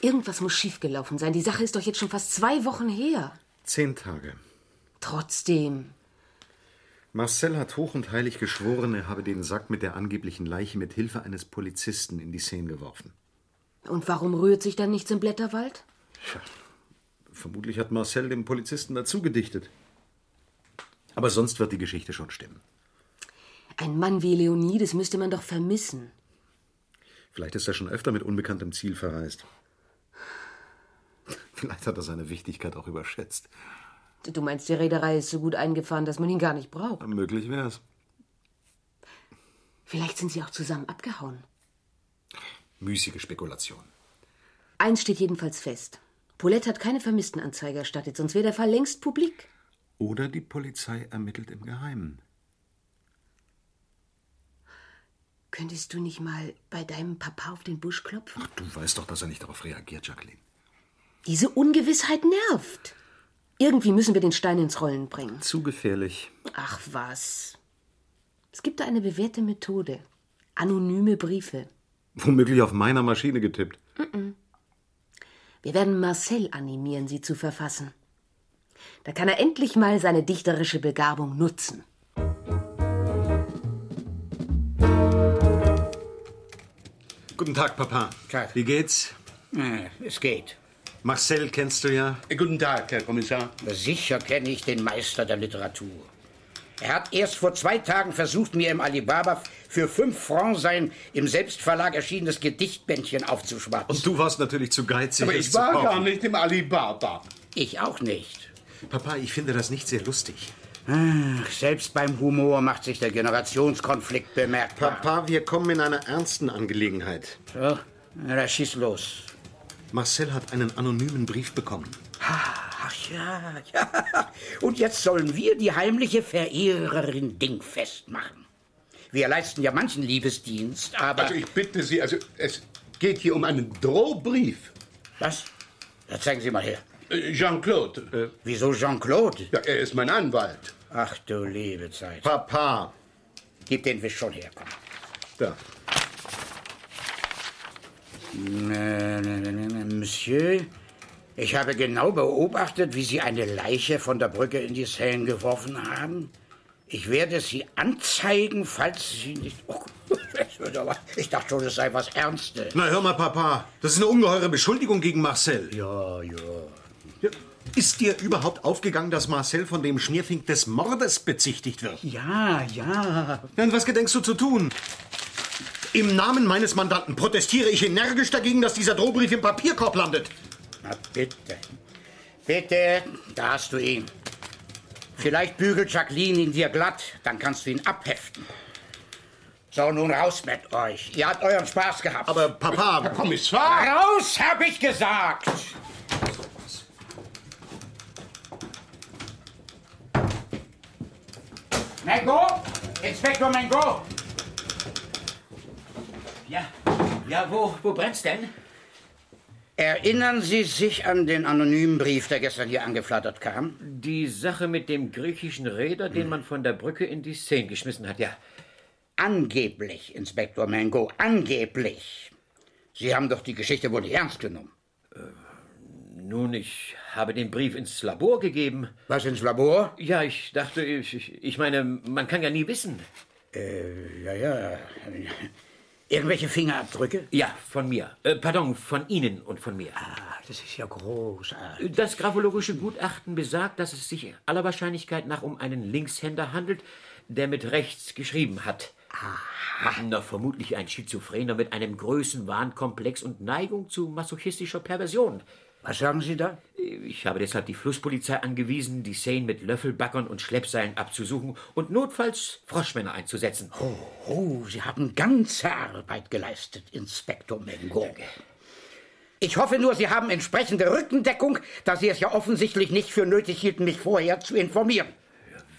Irgendwas muss schiefgelaufen sein. Die Sache ist doch jetzt schon fast zwei Wochen her. Zehn Tage. Trotzdem. Marcel hat hoch und heilig geschworen, er habe den Sack mit der angeblichen Leiche mit Hilfe eines Polizisten in die Szene geworfen. Und warum rührt sich dann nichts im Blätterwald? Vermutlich hat Marcel dem Polizisten dazu gedichtet. Aber sonst wird die Geschichte schon stimmen. Ein Mann wie Leonides müsste man doch vermissen. Vielleicht ist er schon öfter mit unbekanntem Ziel verreist. Vielleicht hat er seine Wichtigkeit auch überschätzt. Du meinst, die Reederei ist so gut eingefahren, dass man ihn gar nicht braucht. Möglich wäre es. Vielleicht sind sie auch zusammen abgehauen. Müßige Spekulation. Eins steht jedenfalls fest. Paulette hat keine Vermisstenanzeige erstattet, sonst wäre der Fall längst publik. Oder die Polizei ermittelt im Geheimen. Könntest du nicht mal bei deinem Papa auf den Busch klopfen? Du weißt doch, dass er nicht darauf reagiert, Jacqueline. Diese Ungewissheit nervt. Irgendwie müssen wir den Stein ins Rollen bringen. Zu gefährlich. Ach was. Es gibt da eine bewährte Methode. Anonyme Briefe. Womöglich auf meiner Maschine getippt. Mhm. Wir werden Marcel animieren, sie zu verfassen. Da kann er endlich mal seine dichterische Begabung nutzen. Guten Tag, Papa. Äh, Tag. Wie geht's? Es geht. Marcel kennst du ja. Äh, Guten Tag, Herr Kommissar. Sicher kenne ich den Meister der Literatur. Er hat erst vor zwei Tagen versucht, mir im Alibaba für fünf Francs sein im Selbstverlag erschienenes Gedichtbändchen aufzuschwatzen. Und du warst natürlich zu geizig. Aber es ich war zu kaufen. gar nicht im Alibaba. Ich auch nicht. Papa, ich finde das nicht sehr lustig. Ach, selbst beim Humor macht sich der Generationskonflikt bemerkbar. Papa, wir kommen in einer ernsten Angelegenheit. So, na, dann schieß los. Marcel hat einen anonymen Brief bekommen. Ach ja, ja. Und jetzt sollen wir die heimliche Verehrerin dingfest machen. Wir leisten ja manchen Liebesdienst, aber. Also ich bitte Sie, also es geht hier um einen Drohbrief. Was? Da zeigen Sie mal Äh, her. Äh, Jean-Claude. Wieso Jean-Claude? Ja, er ist mein Anwalt. Ach du liebe Zeit. Papa. Gib den Wisch schon her. Komm. Da. Äh, Monsieur, ich habe genau beobachtet, wie Sie eine Leiche von der Brücke in die Seine geworfen haben. Ich werde Sie anzeigen, falls Sie nicht. Oh, es wird aber- ich dachte schon, es sei was Ernstes. Na hör mal, Papa. Das ist eine ungeheure Beschuldigung gegen Marcel. Ja, ja. Ist dir überhaupt aufgegangen, dass Marcel von dem Schmierfink des Mordes bezichtigt wird? Ja, ja. Dann was gedenkst du zu tun? Im Namen meines Mandanten protestiere ich energisch dagegen, dass dieser Drohbrief im Papierkorb landet. Na bitte. Bitte, da hast du ihn. Vielleicht bügelt Jacqueline ihn dir glatt, dann kannst du ihn abheften. So, nun raus mit euch. Ihr habt euren Spaß gehabt. Aber Papa, Herr Kommissar! Raus, hab ich gesagt! Mengo! Inspektor Mengo! Ja, ja, wo, wo brennt's denn? Erinnern Sie sich an den anonymen Brief, der gestern hier angeflattert kam? Hm. Die Sache mit dem griechischen Räder, den man von der Brücke in die Seine geschmissen hat, ja. Angeblich, Inspektor Mango, angeblich. Sie haben doch die Geschichte wohl nicht ernst genommen. Nun, ich habe den Brief ins Labor gegeben. Was ins Labor? Ja, ich dachte, ich, ich, ich meine, man kann ja nie wissen. Äh, ja, ja. Irgendwelche Fingerabdrücke? Ja, von mir. Äh, pardon, von Ihnen und von mir. Ah, das ist ja großartig. Das graphologische Gutachten besagt, dass es sich aller Wahrscheinlichkeit nach um einen Linkshänder handelt, der mit rechts geschrieben hat. Noch vermutlich ein Schizophrener mit einem Größenwahnkomplex und Neigung zu masochistischer Perversion. Was sagen Sie da? Ich habe deshalb die Flusspolizei angewiesen, die Seine mit Löffelbackern und Schleppseilen abzusuchen und notfalls Froschmänner einzusetzen. Oh, oh Sie haben ganze Arbeit geleistet, Inspektor Mengo. Ich hoffe nur, Sie haben entsprechende Rückendeckung, da Sie es ja offensichtlich nicht für nötig hielten, mich vorher zu informieren.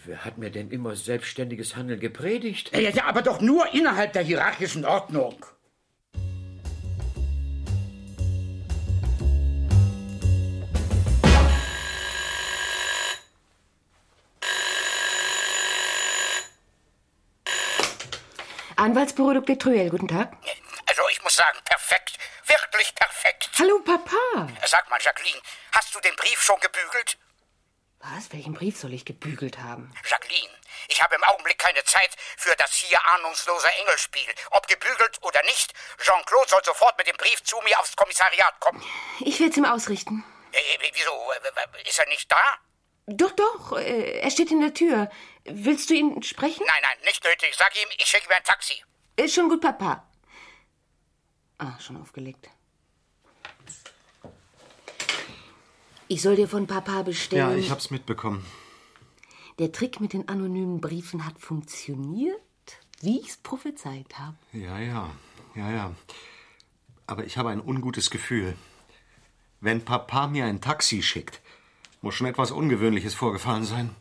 Wer hat mir denn immer selbstständiges Handeln gepredigt? Ja, ja, aber doch nur innerhalb der hierarchischen Ordnung. Anwaltsbüro Dr. Truel, guten Tag. Also ich muss sagen, perfekt. Wirklich perfekt. Hallo, Papa. Sag mal, Jacqueline, hast du den Brief schon gebügelt? Was? Welchen Brief soll ich gebügelt haben? Jacqueline, ich habe im Augenblick keine Zeit für das hier ahnungslose Engelspiel. Ob gebügelt oder nicht, Jean-Claude soll sofort mit dem Brief zu mir aufs Kommissariat kommen. Ich werde es ihm ausrichten. Äh, äh, wieso? Äh, Ist er nicht da? Doch, doch, äh, er steht in der Tür. Willst du ihn sprechen? Nein, nein, nicht nötig. Sag ihm, ich schicke mir ein Taxi. Ist schon gut, Papa. Ah, schon aufgelegt. Ich soll dir von Papa bestellen. Ja, ich hab's mitbekommen. Der Trick mit den anonymen Briefen hat funktioniert, wie ich's prophezeit habe. Ja, ja, ja, ja. Aber ich habe ein ungutes Gefühl. Wenn Papa mir ein Taxi schickt, muss schon etwas Ungewöhnliches vorgefallen sein.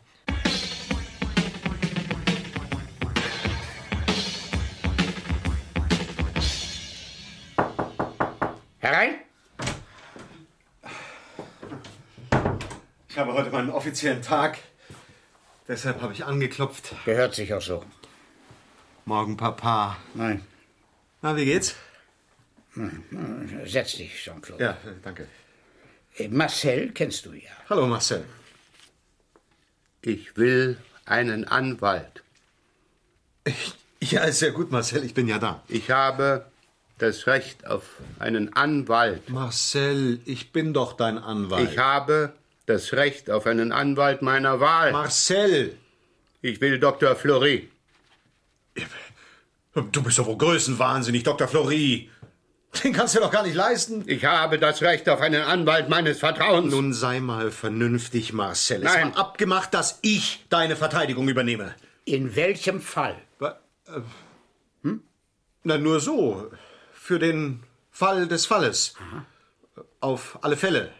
Herein? Ich habe heute meinen offiziellen Tag. Deshalb habe ich angeklopft. Gehört sich auch so. Morgen, Papa. Nein. Na, wie geht's? Hm, Setz dich, Jean-Claude. Ja, äh, danke. Äh, Marcel kennst du ja. Hallo, Marcel. Ich will einen Anwalt. Ja, ist ja gut, Marcel. Ich bin ja da. Ich habe das Recht auf einen Anwalt. Marcel, ich bin doch dein Anwalt. Ich habe das Recht auf einen Anwalt meiner Wahl. Marcel! Ich will Dr. Fleury. Du bist doch wohl größenwahnsinnig, Dr. Flori. Den kannst du dir doch gar nicht leisten. Ich habe das Recht auf einen Anwalt meines Vertrauens. Nun sei mal vernünftig, Marcel. Es Nein. war abgemacht, dass ich deine Verteidigung übernehme. In welchem Fall? Wa- äh, Hm? Na, nur so. Für den Fall des Falles. Auf alle Fälle.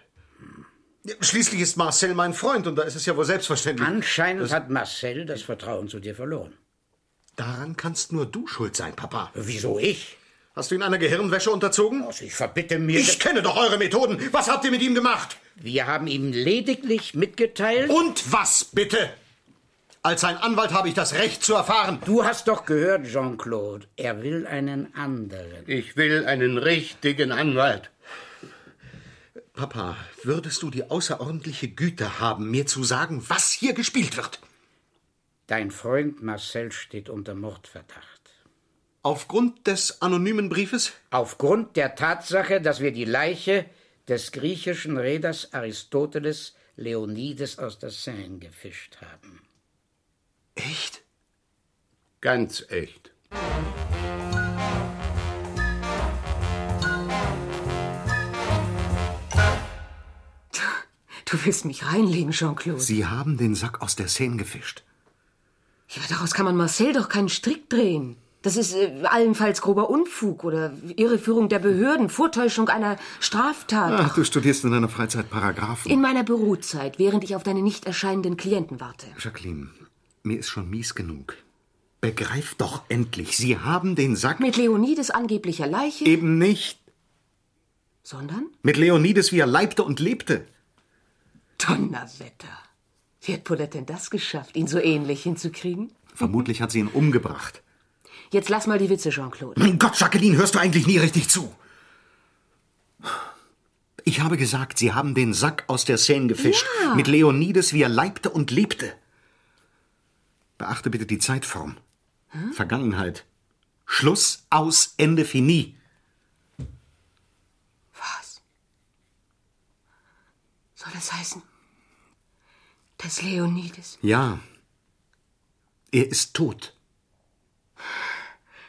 Ja, Schließlich ist Marcel mein Freund und da ist es ja wohl selbstverständlich. Anscheinend hat Marcel das Vertrauen zu dir verloren. Daran kannst nur du schuld sein, Papa. Wieso ich? Hast du ihn einer Gehirnwäsche unterzogen? Also ich verbitte mir. Ich kenne doch eure Methoden. Was habt ihr mit ihm gemacht? Wir haben ihm lediglich mitgeteilt. Und was bitte? Als sein Anwalt habe ich das Recht zu erfahren. Du hast doch gehört, Jean-Claude. Er will einen anderen. Ich will einen richtigen Anwalt. Papa, würdest du die außerordentliche Güte haben, mir zu sagen, was hier gespielt wird? Dein Freund Marcel steht unter Mordverdacht. Aufgrund des anonymen Briefes? Aufgrund der Tatsache, dass wir die Leiche des griechischen Reeders Aristoteles Leonides aus der Seine gefischt haben. Echt? Ganz echt. Du willst mich reinlegen, Jean-Claude. Sie haben den Sack aus der Szene gefischt. Ja, aber daraus kann man Marcel doch keinen Strick drehen. Das ist äh, allenfalls grober Unfug oder Irreführung der Behörden, Vortäuschung einer Straftat. Ach, du studierst in deiner Freizeit Paragraphen. In meiner Bürozeit, während ich auf deine nicht erscheinenden Klienten warte. Jacqueline, mir ist schon mies genug. Begreif doch endlich, Sie haben den Sack Mit Leonides angeblicher Leiche, eben nicht sondern mit Leonides, wie er leibte und lebte. Donnerwetter. Wie hat Paulette denn das geschafft, ihn so ähnlich hinzukriegen? Vermutlich hat sie ihn umgebracht. Jetzt lass mal die Witze, Jean-Claude. Mein Gott, Jacqueline, hörst du eigentlich nie richtig zu? Ich habe gesagt, Sie haben den Sack aus der Seine gefischt. Ja. Mit Leonides, wie er leibte und lebte. Beachte bitte die Zeitform. Vergangenheit. Schluss, aus, Ende, fini. Was? Soll das heißen, dass Leonides, Ja. Er ist tot.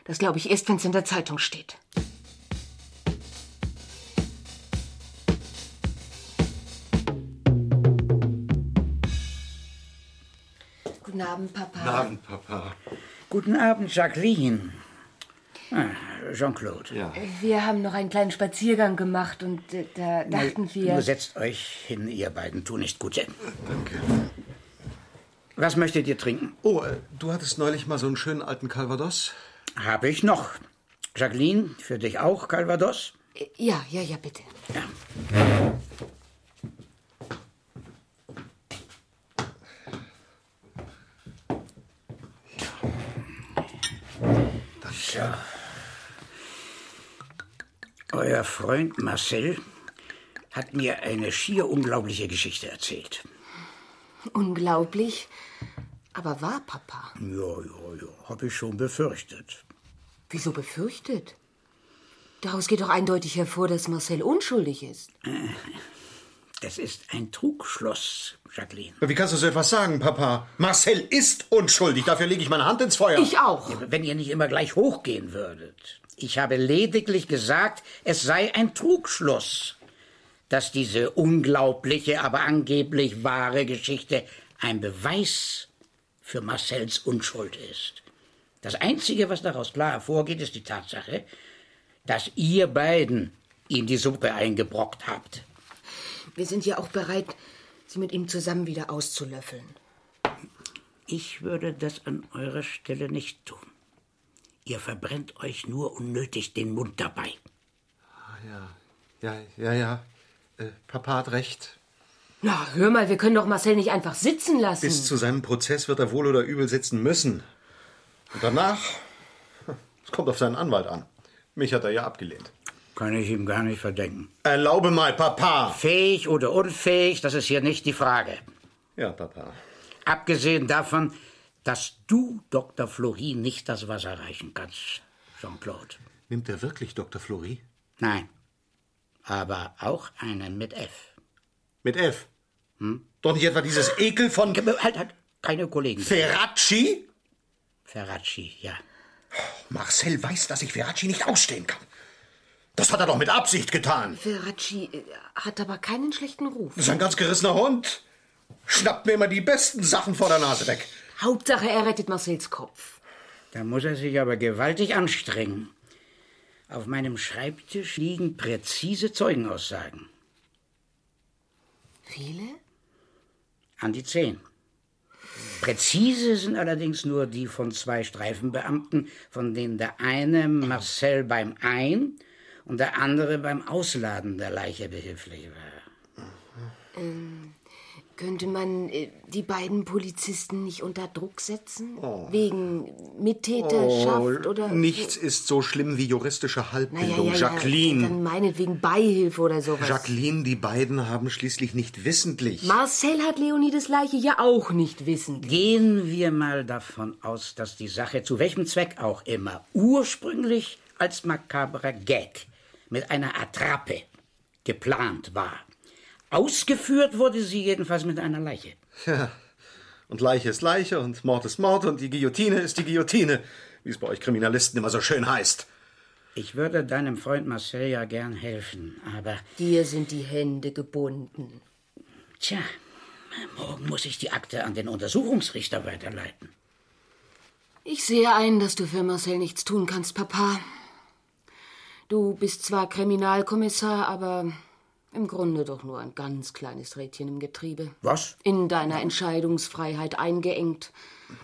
das glaube ich erst, wenn es in der Zeitung steht. Guten Abend, Papa. Papa. Guten Abend, Jacqueline. Ah, Jean-Claude. Äh, Ja. Wir haben noch einen kleinen Spaziergang gemacht und äh, da dachten wir. Nur setzt euch hin, ihr beiden. Tu nicht gut. Danke. Was möchtet ihr trinken? Oh, äh, du hattest neulich mal so einen schönen alten Calvados. Habe ich noch. Jacqueline, für dich auch Calvados? äh, Ja, ja, ja, bitte. So. Euer Freund Marcel hat mir eine schier unglaubliche Geschichte erzählt. Unglaublich. Aber wahr, Papa. Ja, ja, ja, habe ich schon befürchtet. Wieso befürchtet? Daraus geht doch eindeutig hervor, dass Marcel unschuldig ist. äh, Das ist ein Trugschluss, Jacqueline. Wie kannst du so etwas sagen, Papa? Marcel ist unschuldig. Dafür lege ich meine Hand ins Feuer. Ich auch. Wenn ihr nicht immer gleich hochgehen würdet. Ich habe lediglich gesagt, es sei ein Trugschluss, dass diese unglaubliche, aber angeblich wahre Geschichte ein Beweis für Marcells Unschuld ist. Das Einzige, was daraus klar hervorgeht, ist die Tatsache, dass ihr beiden ihm die Suppe eingebrockt habt. Wir sind ja auch bereit, sie mit ihm zusammen wieder auszulöffeln. Ich würde das an eurer Stelle nicht tun. Ihr verbrennt euch nur unnötig den Mund dabei. Ah, Ja, ja, ja. Äh, Papa hat recht. Na, hör mal, wir können doch Marcel nicht einfach sitzen lassen. Bis zu seinem Prozess wird er wohl oder übel sitzen müssen. Und danach, hm, es kommt auf seinen Anwalt an. Mich hat er ja abgelehnt. Kann ich ihm gar nicht verdenken. Erlaube mal, Papa. Fähig oder unfähig, das ist hier nicht die Frage. Ja, Papa. Abgesehen davon, dass du Dr. Florin nicht das Wasser reichen kannst, Jean-Claude. Nimmt er wirklich Dr. Flori? Nein. Aber auch einen mit F. Mit F? Hm? Doch nicht etwa dieses Ekel von... Halt, halt, keine Kollegen. Ferracci? Ferracci, ja. Oh, Marcel weiß, dass ich Ferracci nicht ausstehen kann. Das hat er doch mit Absicht getan. Veracci äh, hat aber keinen schlechten Ruf. Das ist ein ganz gerissener Hund. Schnappt mir immer die besten Sachen vor der Nase weg. Hauptsache, er rettet Marcels Kopf. Da muss er sich aber gewaltig anstrengen. Auf meinem Schreibtisch liegen präzise Zeugenaussagen. Viele? An die zehn. Präzise sind allerdings nur die von zwei Streifenbeamten, von denen der eine Marcel beim Ein- und der andere beim Ausladen der Leiche behilflich war. Ähm, könnte man äh, die beiden Polizisten nicht unter Druck setzen? Oh. Wegen Mittäterschaft oder. nichts ist so schlimm wie juristische Naja, Halbbildung. ja, ja, Jacqueline. Dann meinetwegen Beihilfe oder sowas. Jacqueline, die beiden haben schließlich nicht wissentlich. Marcel hat Leonides Leiche ja auch nicht wissend. Gehen wir mal davon aus, dass die Sache zu welchem Zweck auch immer ursprünglich als makabrer Gag mit einer Attrappe geplant war. Ausgeführt wurde sie jedenfalls mit einer Leiche. Ja. Und Leiche ist Leiche und Mord ist Mord und die Guillotine ist die Guillotine, wie es bei euch Kriminalisten immer so schön heißt. Ich würde deinem Freund Marcel ja gern helfen, aber Dir sind die Hände gebunden. tja, morgen muss ich die Akte an den Untersuchungsrichter weiterleiten. Ich sehe ein, dass du für Marcel nichts tun kannst, Papa. Du bist zwar Kriminalkommissar, aber im Grunde doch nur ein ganz kleines Rädchen im Getriebe. Was? In deiner Entscheidungsfreiheit eingeengt,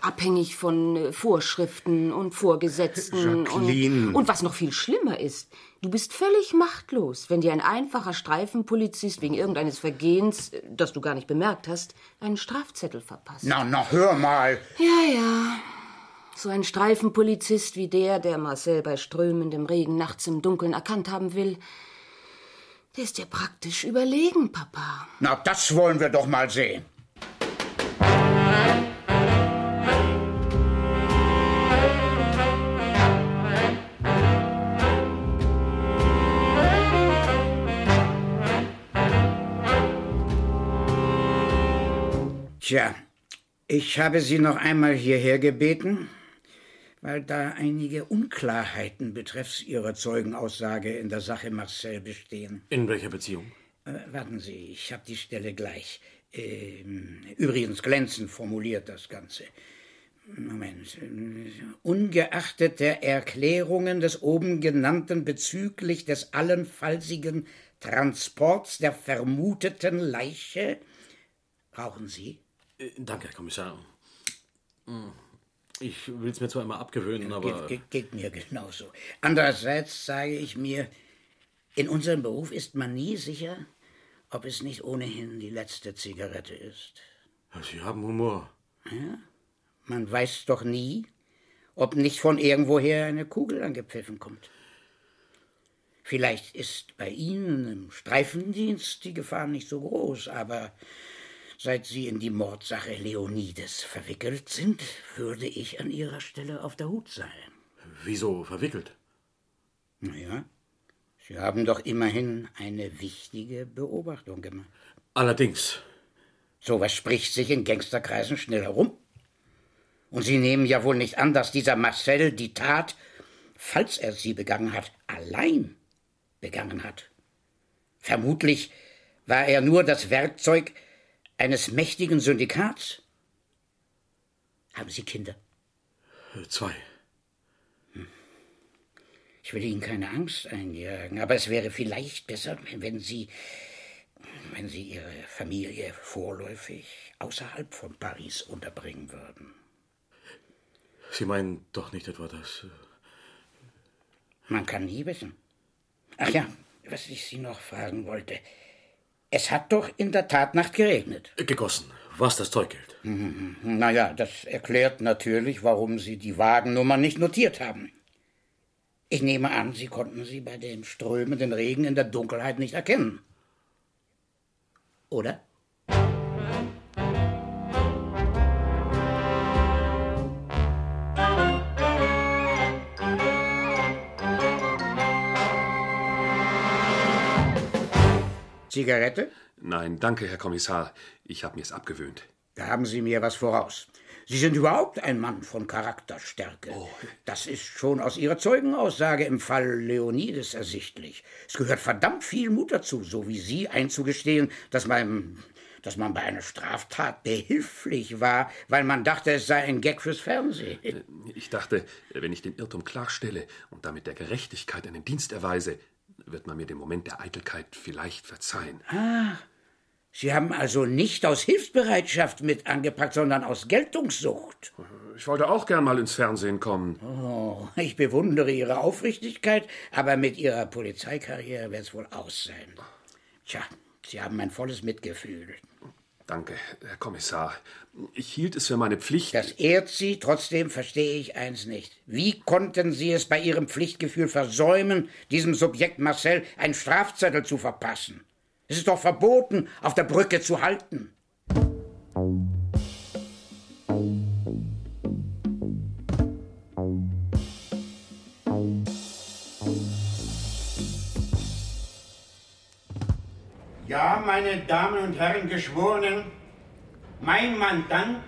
abhängig von äh, Vorschriften und Vorgesetzten Jacqueline. und, und was noch viel schlimmer ist, du bist völlig machtlos, wenn dir ein einfacher Streifenpolizist wegen irgendeines Vergehens, äh, das du gar nicht bemerkt hast, einen Strafzettel verpasst. Na, na, hör mal. Ja, ja. So ein Streifenpolizist wie der, der Marcel bei strömendem Regen nachts im Dunkeln erkannt haben will, der ist dir praktisch überlegen, Papa. Na, das wollen wir doch mal sehen. Tja, ich habe Sie noch einmal hierher gebeten, weil da einige Unklarheiten betreffs Ihrer Zeugenaussage in der Sache Marcel bestehen. In welcher Beziehung? Äh, warten Sie, ich habe die Stelle gleich. Ähm, übrigens glänzend formuliert das Ganze. Moment. Ungeachtet der Erklärungen des oben genannten bezüglich des allenfallsigen Transports der vermuteten Leiche. Rauchen Sie? Äh, Danke, Herr Kommissar. Hm, Ich will es mir zwar immer abgewöhnen, aber. Geht, geht, geht mir genauso. Andererseits sage ich mir, in unserem Beruf ist man nie sicher, ob es nicht ohnehin die letzte Zigarette ist. Sie haben Humor. Ja? Man weiß doch nie, ob nicht von irgendwoher eine Kugel angepfiffen kommt. Vielleicht ist bei Ihnen im Streifendienst die Gefahr nicht so groß, aber seit Sie in die Mordsache Leonides verwickelt sind, würde ich an Ihrer Stelle auf der Hut sein. Wieso verwickelt? Naja, Sie haben doch immerhin eine wichtige Beobachtung gemacht. Allerdings. Sowas spricht sich in Gangsterkreisen schnell herum. Und Sie nehmen ja wohl nicht an, dass dieser Marcel die Tat, falls er sie begangen hat, allein begangen hat. Vermutlich war er nur das Werkzeug eines mächtigen Syndikats. Haben Sie Kinder? Hm. Zwei. Ich will Ihnen keine Angst einjagen, aber es wäre vielleicht besser, wenn Sie, wenn Sie Ihre Familie vorläufig außerhalb von Paris unterbringen würden. Sie meinen doch nicht etwa das. äh, Man kann nie wissen. Ach ja, was ich Sie noch fragen wollte. Es hat doch in der Tatnacht geregnet. Äh, Gegossen, was das Zeug hält. Mhm. Naja, das erklärt natürlich, warum Sie die Wagennummer nicht notiert haben. Ich nehme an, Sie konnten sie bei dem strömenden Regen in der Dunkelheit nicht erkennen. Oder? Zigarette? Nein, danke, Herr Kommissar. Ich habe mir's abgewöhnt. Da haben Sie mir was voraus. Sie sind überhaupt ein Mann von Charakterstärke. Oh. Das ist schon aus Ihrer Zeugenaussage im Fall Leonides ersichtlich. Es gehört verdammt viel Mut dazu, so wie Sie einzugestehen, dass man, dass man bei einer Straftat behilflich war, weil man dachte, es sei ein Gag fürs Fernsehen. Äh, Ich dachte, äh, wenn ich den Irrtum klarstelle und damit der Gerechtigkeit einen Dienst erweise, wird man mir den Moment der Eitelkeit vielleicht verzeihen. Ah, Sie haben also nicht aus Hilfsbereitschaft mit angepackt, sondern aus Geltungssucht. Ich wollte auch gern mal ins Fernsehen kommen. Oh, ich bewundere Ihre Aufrichtigkeit, aber mit Ihrer Polizeikarriere wird es wohl aus sein. Tja, Sie haben mein volles Mitgefühl. Danke, Herr Kommissar. Ich hielt es für meine Pflicht. Das ehrt Sie, trotzdem verstehe ich eins nicht. Wie konnten Sie es bei Ihrem Pflichtgefühl versäumen, diesem Subjekt Marcel einen Strafzettel zu verpassen? Es ist doch verboten, auf der Brücke zu halten. Ja, meine Damen und Herren Geschworenen, mein Mandant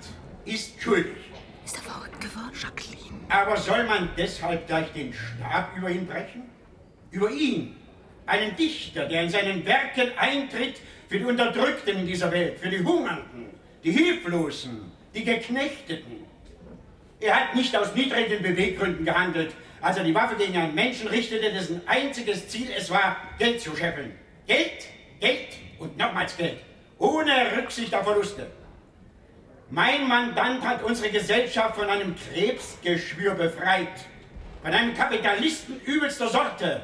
ist schuldig. Ist er verrückt geworden? Jacqueline. Aber soll man deshalb gleich den Stab über ihn brechen? Über ihn, einen Dichter, der in seinen Werken eintritt für die Unterdrückten in dieser Welt, für die Hungernden, die Hilflosen, die Geknechteten. Er hat nicht aus niedrigen Beweggründen gehandelt, als er die Waffe gegen einen Menschen richtete, dessen einziges Ziel es war, Geld zu scheffeln. Geld, Geld und nochmals Geld. Ohne Rücksicht auf Verluste. Mein Mandant hat unsere Gesellschaft von einem Krebsgeschwür befreit. Von einem Kapitalisten übelster Sorte,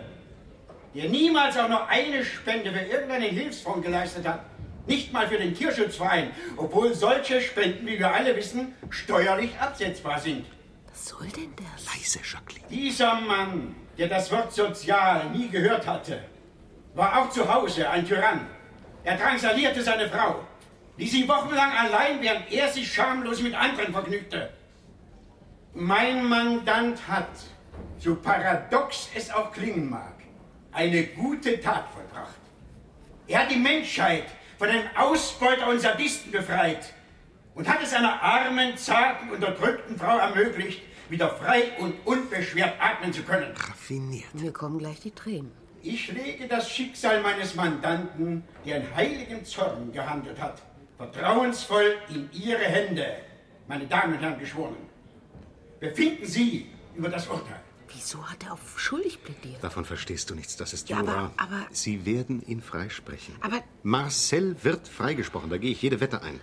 der niemals auch nur eine Spende für irgendeine Hilfsfonds geleistet hat. Nicht mal für den Tierschutzverein, obwohl solche Spenden, wie wir alle wissen, steuerlich absetzbar sind. Was soll denn das? Leise, Jacqueline. Dieser Mann, der das Wort sozial nie gehört hatte, war auch zu Hause ein Tyrann. Er drangsalierte seine Frau, ließ sie wochenlang allein, während er sich schamlos mit anderen vergnügte. Mein Mandant hat, so paradox es auch klingen mag, eine gute Tat vollbracht. Er hat die Menschheit von einem Ausbeuter und Sadisten befreit und hat es einer armen, zarten, unterdrückten Frau ermöglicht, wieder frei und unbeschwert atmen zu können. Raffiniert. Mir kommen gleich die Tränen. Ich lege das Schicksal meines Mandanten, der in heiligem Zorn gehandelt hat, vertrauensvoll in Ihre Hände, meine Damen und Herren Geschworenen. Befinden Sie über das Urteil. Wieso hat er auf schuldig plädiert? Davon verstehst du nichts, das ist Ja, Jura. aber- aber- Sie werden ihn freisprechen. Aber Marcel wird freigesprochen, da gehe ich jede Wette ein.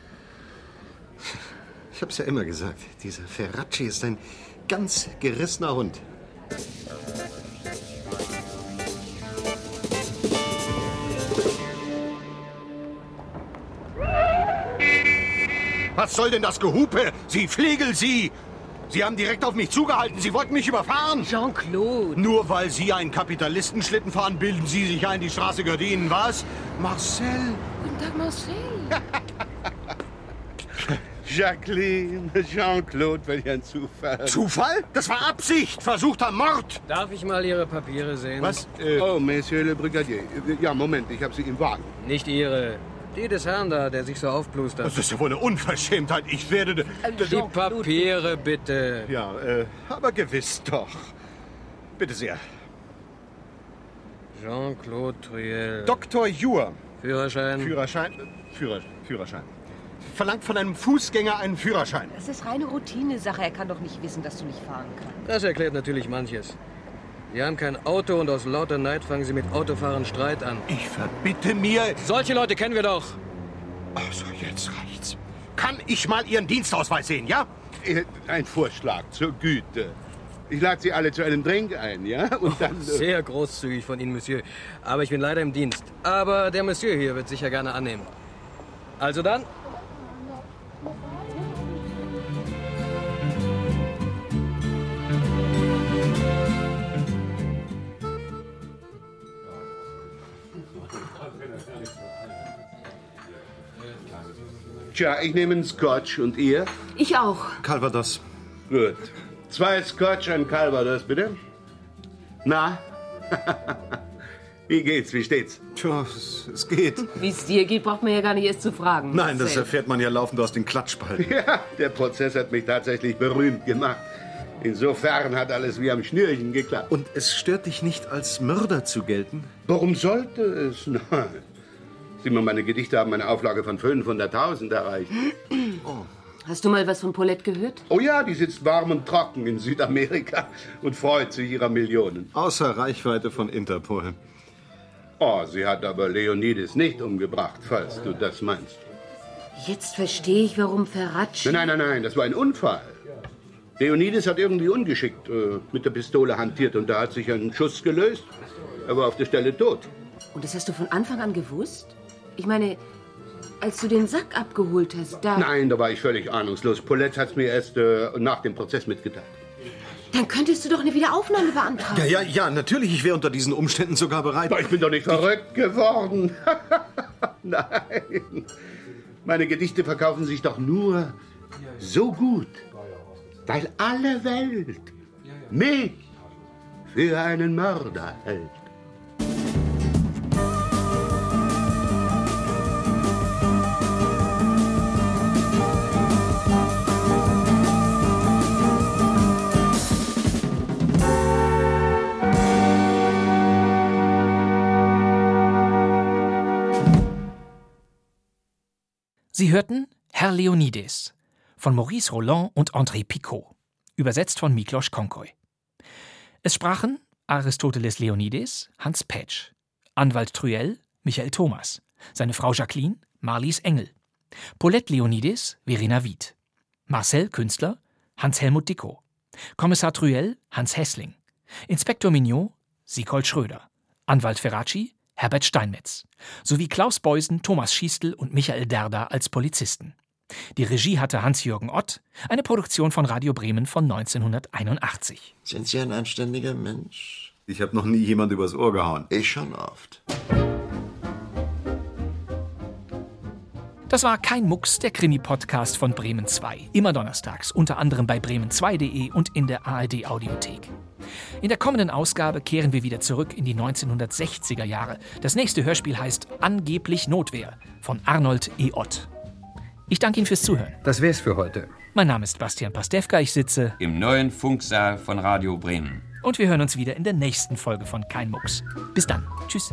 Ich hab's ja immer gesagt, dieser Ferracci ist ein ganz gerissener Hund. Was soll denn das Gehupe? Sie Flegel, Sie! Sie haben direkt auf mich zugehalten. Sie wollten mich überfahren. Jean-Claude. Nur weil Sie einen Kapitalistenschlitten fahren, bilden Sie sich ein, die Straße gehört Ihnen, was? Marcel. Guten Tag, Marcel. Jacqueline, Jean-Claude, welch ein Zufall. Zufall? Das war Absicht. Versuchter Mord. Darf ich mal Ihre Papiere sehen? Was? oh, Monsieur le Brigadier. Ja, Moment, ich habe Sie im Wagen. Nicht Ihre. Die des Herrn da, der sich so aufblustert. Das ist ja wohl eine Unverschämtheit. Ich werde... Die Papiere bitte. Ja, äh, aber gewiss doch. Bitte sehr. Jean-Claude Triel. Dr. Jur. Führerschein. Führerschein. äh, Führer, Führerschein. Verlangt von einem Fußgänger einen Führerschein. Das ist reine Routinesache. Er kann doch nicht wissen, dass du nicht fahren kannst. Das erklärt natürlich manches. Sie haben kein Auto und aus lauter Neid fangen Sie mit Autofahren Streit an. Ich verbitte mir... Solche Leute kennen wir doch. Also, jetzt reicht's. Kann ich mal Ihren Dienstausweis sehen, ja? Äh, Ein Vorschlag zur Güte. Ich lade Sie alle zu einem Drink ein, ja? Und dann. Oh, äh, Sehr großzügig von Ihnen, Monsieur. Aber ich bin leider im Dienst. Aber der Monsieur hier wird sicher gerne annehmen. Also dann, Tja, ich nehme einen Scotch und ihr? Ich auch. Calvados. Gut. Zwei Scotch, ein Calvados, bitte. Na? wie geht's, wie steht's? Tja, es, es geht. Wie es dir geht, braucht man ja gar nicht erst zu fragen. Nein, das Marcel. erfährt man ja laufend aus den Klatschspalten. Ja, der Prozess hat mich tatsächlich berühmt gemacht. Insofern hat alles wie am Schnürchen geklappt. Und es stört dich nicht, als Mörder zu gelten? Warum sollte es? Nein. Sieh mal, meine Gedichte haben eine Auflage von 500.000 erreicht. Oh. Hast du mal was von Paulette gehört? Oh ja, die sitzt warm und trocken in Südamerika und freut sich ihrer Millionen. Außer Reichweite von Interpol. Oh, sie hat aber Leonides nicht umgebracht, falls du das meinst. Jetzt verstehe ich, warum Ferracci. Nein, nein, nein, nein, das war ein Unfall. Leonides hat irgendwie ungeschickt äh, mit der Pistole hantiert und da hat sich ein Schuss gelöst. Er war auf der Stelle tot. Und das hast du von Anfang an gewusst? Ich meine, als du den Sack abgeholt hast, da. Nein, da war ich völlig ahnungslos. Paulette hat es mir erst äh, nach dem Prozess mitgeteilt. Dann könntest du doch eine Wiederaufnahme beantragen. Ja, ja, ja, natürlich, ich wäre unter diesen Umständen sogar bereit. Ich bin doch nicht verrückt geworden. Nein. Meine Gedichte verkaufen sich doch nur so gut, weil alle Welt mich für einen Mörder hält. Sie hörten Herr Leonides von Maurice Roland und André Picot, übersetzt von Miklos Konkoy. Es sprachen Aristoteles Leonides, Hans Petsch, Anwalt Truell, Michael Thomas, seine Frau Jacqueline, Marlies Engel, Paulette Leonides, Verena Wied, Marcel Künstler, Hans-Helmut Dicko, Kommissar Truell, Hans Hessling, Inspektor Mignon, Siegold Schröder, Anwalt Ferracci, Herbert Steinmetz, sowie Klaus Beusen, Thomas Schiestel und Michael Derda als Polizisten. Die Regie hatte Hans-Jürgen Ott, eine Produktion von Radio Bremen von 1981. Sind Sie ein anständiger Mensch? Ich habe noch nie jemand übers Ohr gehauen. Ich schon oft. Das war kein Mucks, der Krimi-Podcast von Bremen 2. Immer donnerstags, unter anderem bei bremen2.de und in der ARD-Audiothek. In der kommenden Ausgabe kehren wir wieder zurück in die 1960er Jahre. Das nächste Hörspiel heißt Angeblich Notwehr von Arnold E. Ott. Ich danke Ihnen fürs Zuhören. Das wär's für heute. Mein Name ist Bastian Pastewka, ich sitze Im neuen Funksaal von Radio Bremen. und wir hören uns wieder in der nächsten Folge von Kein Mucks. Bis dann. Tschüss.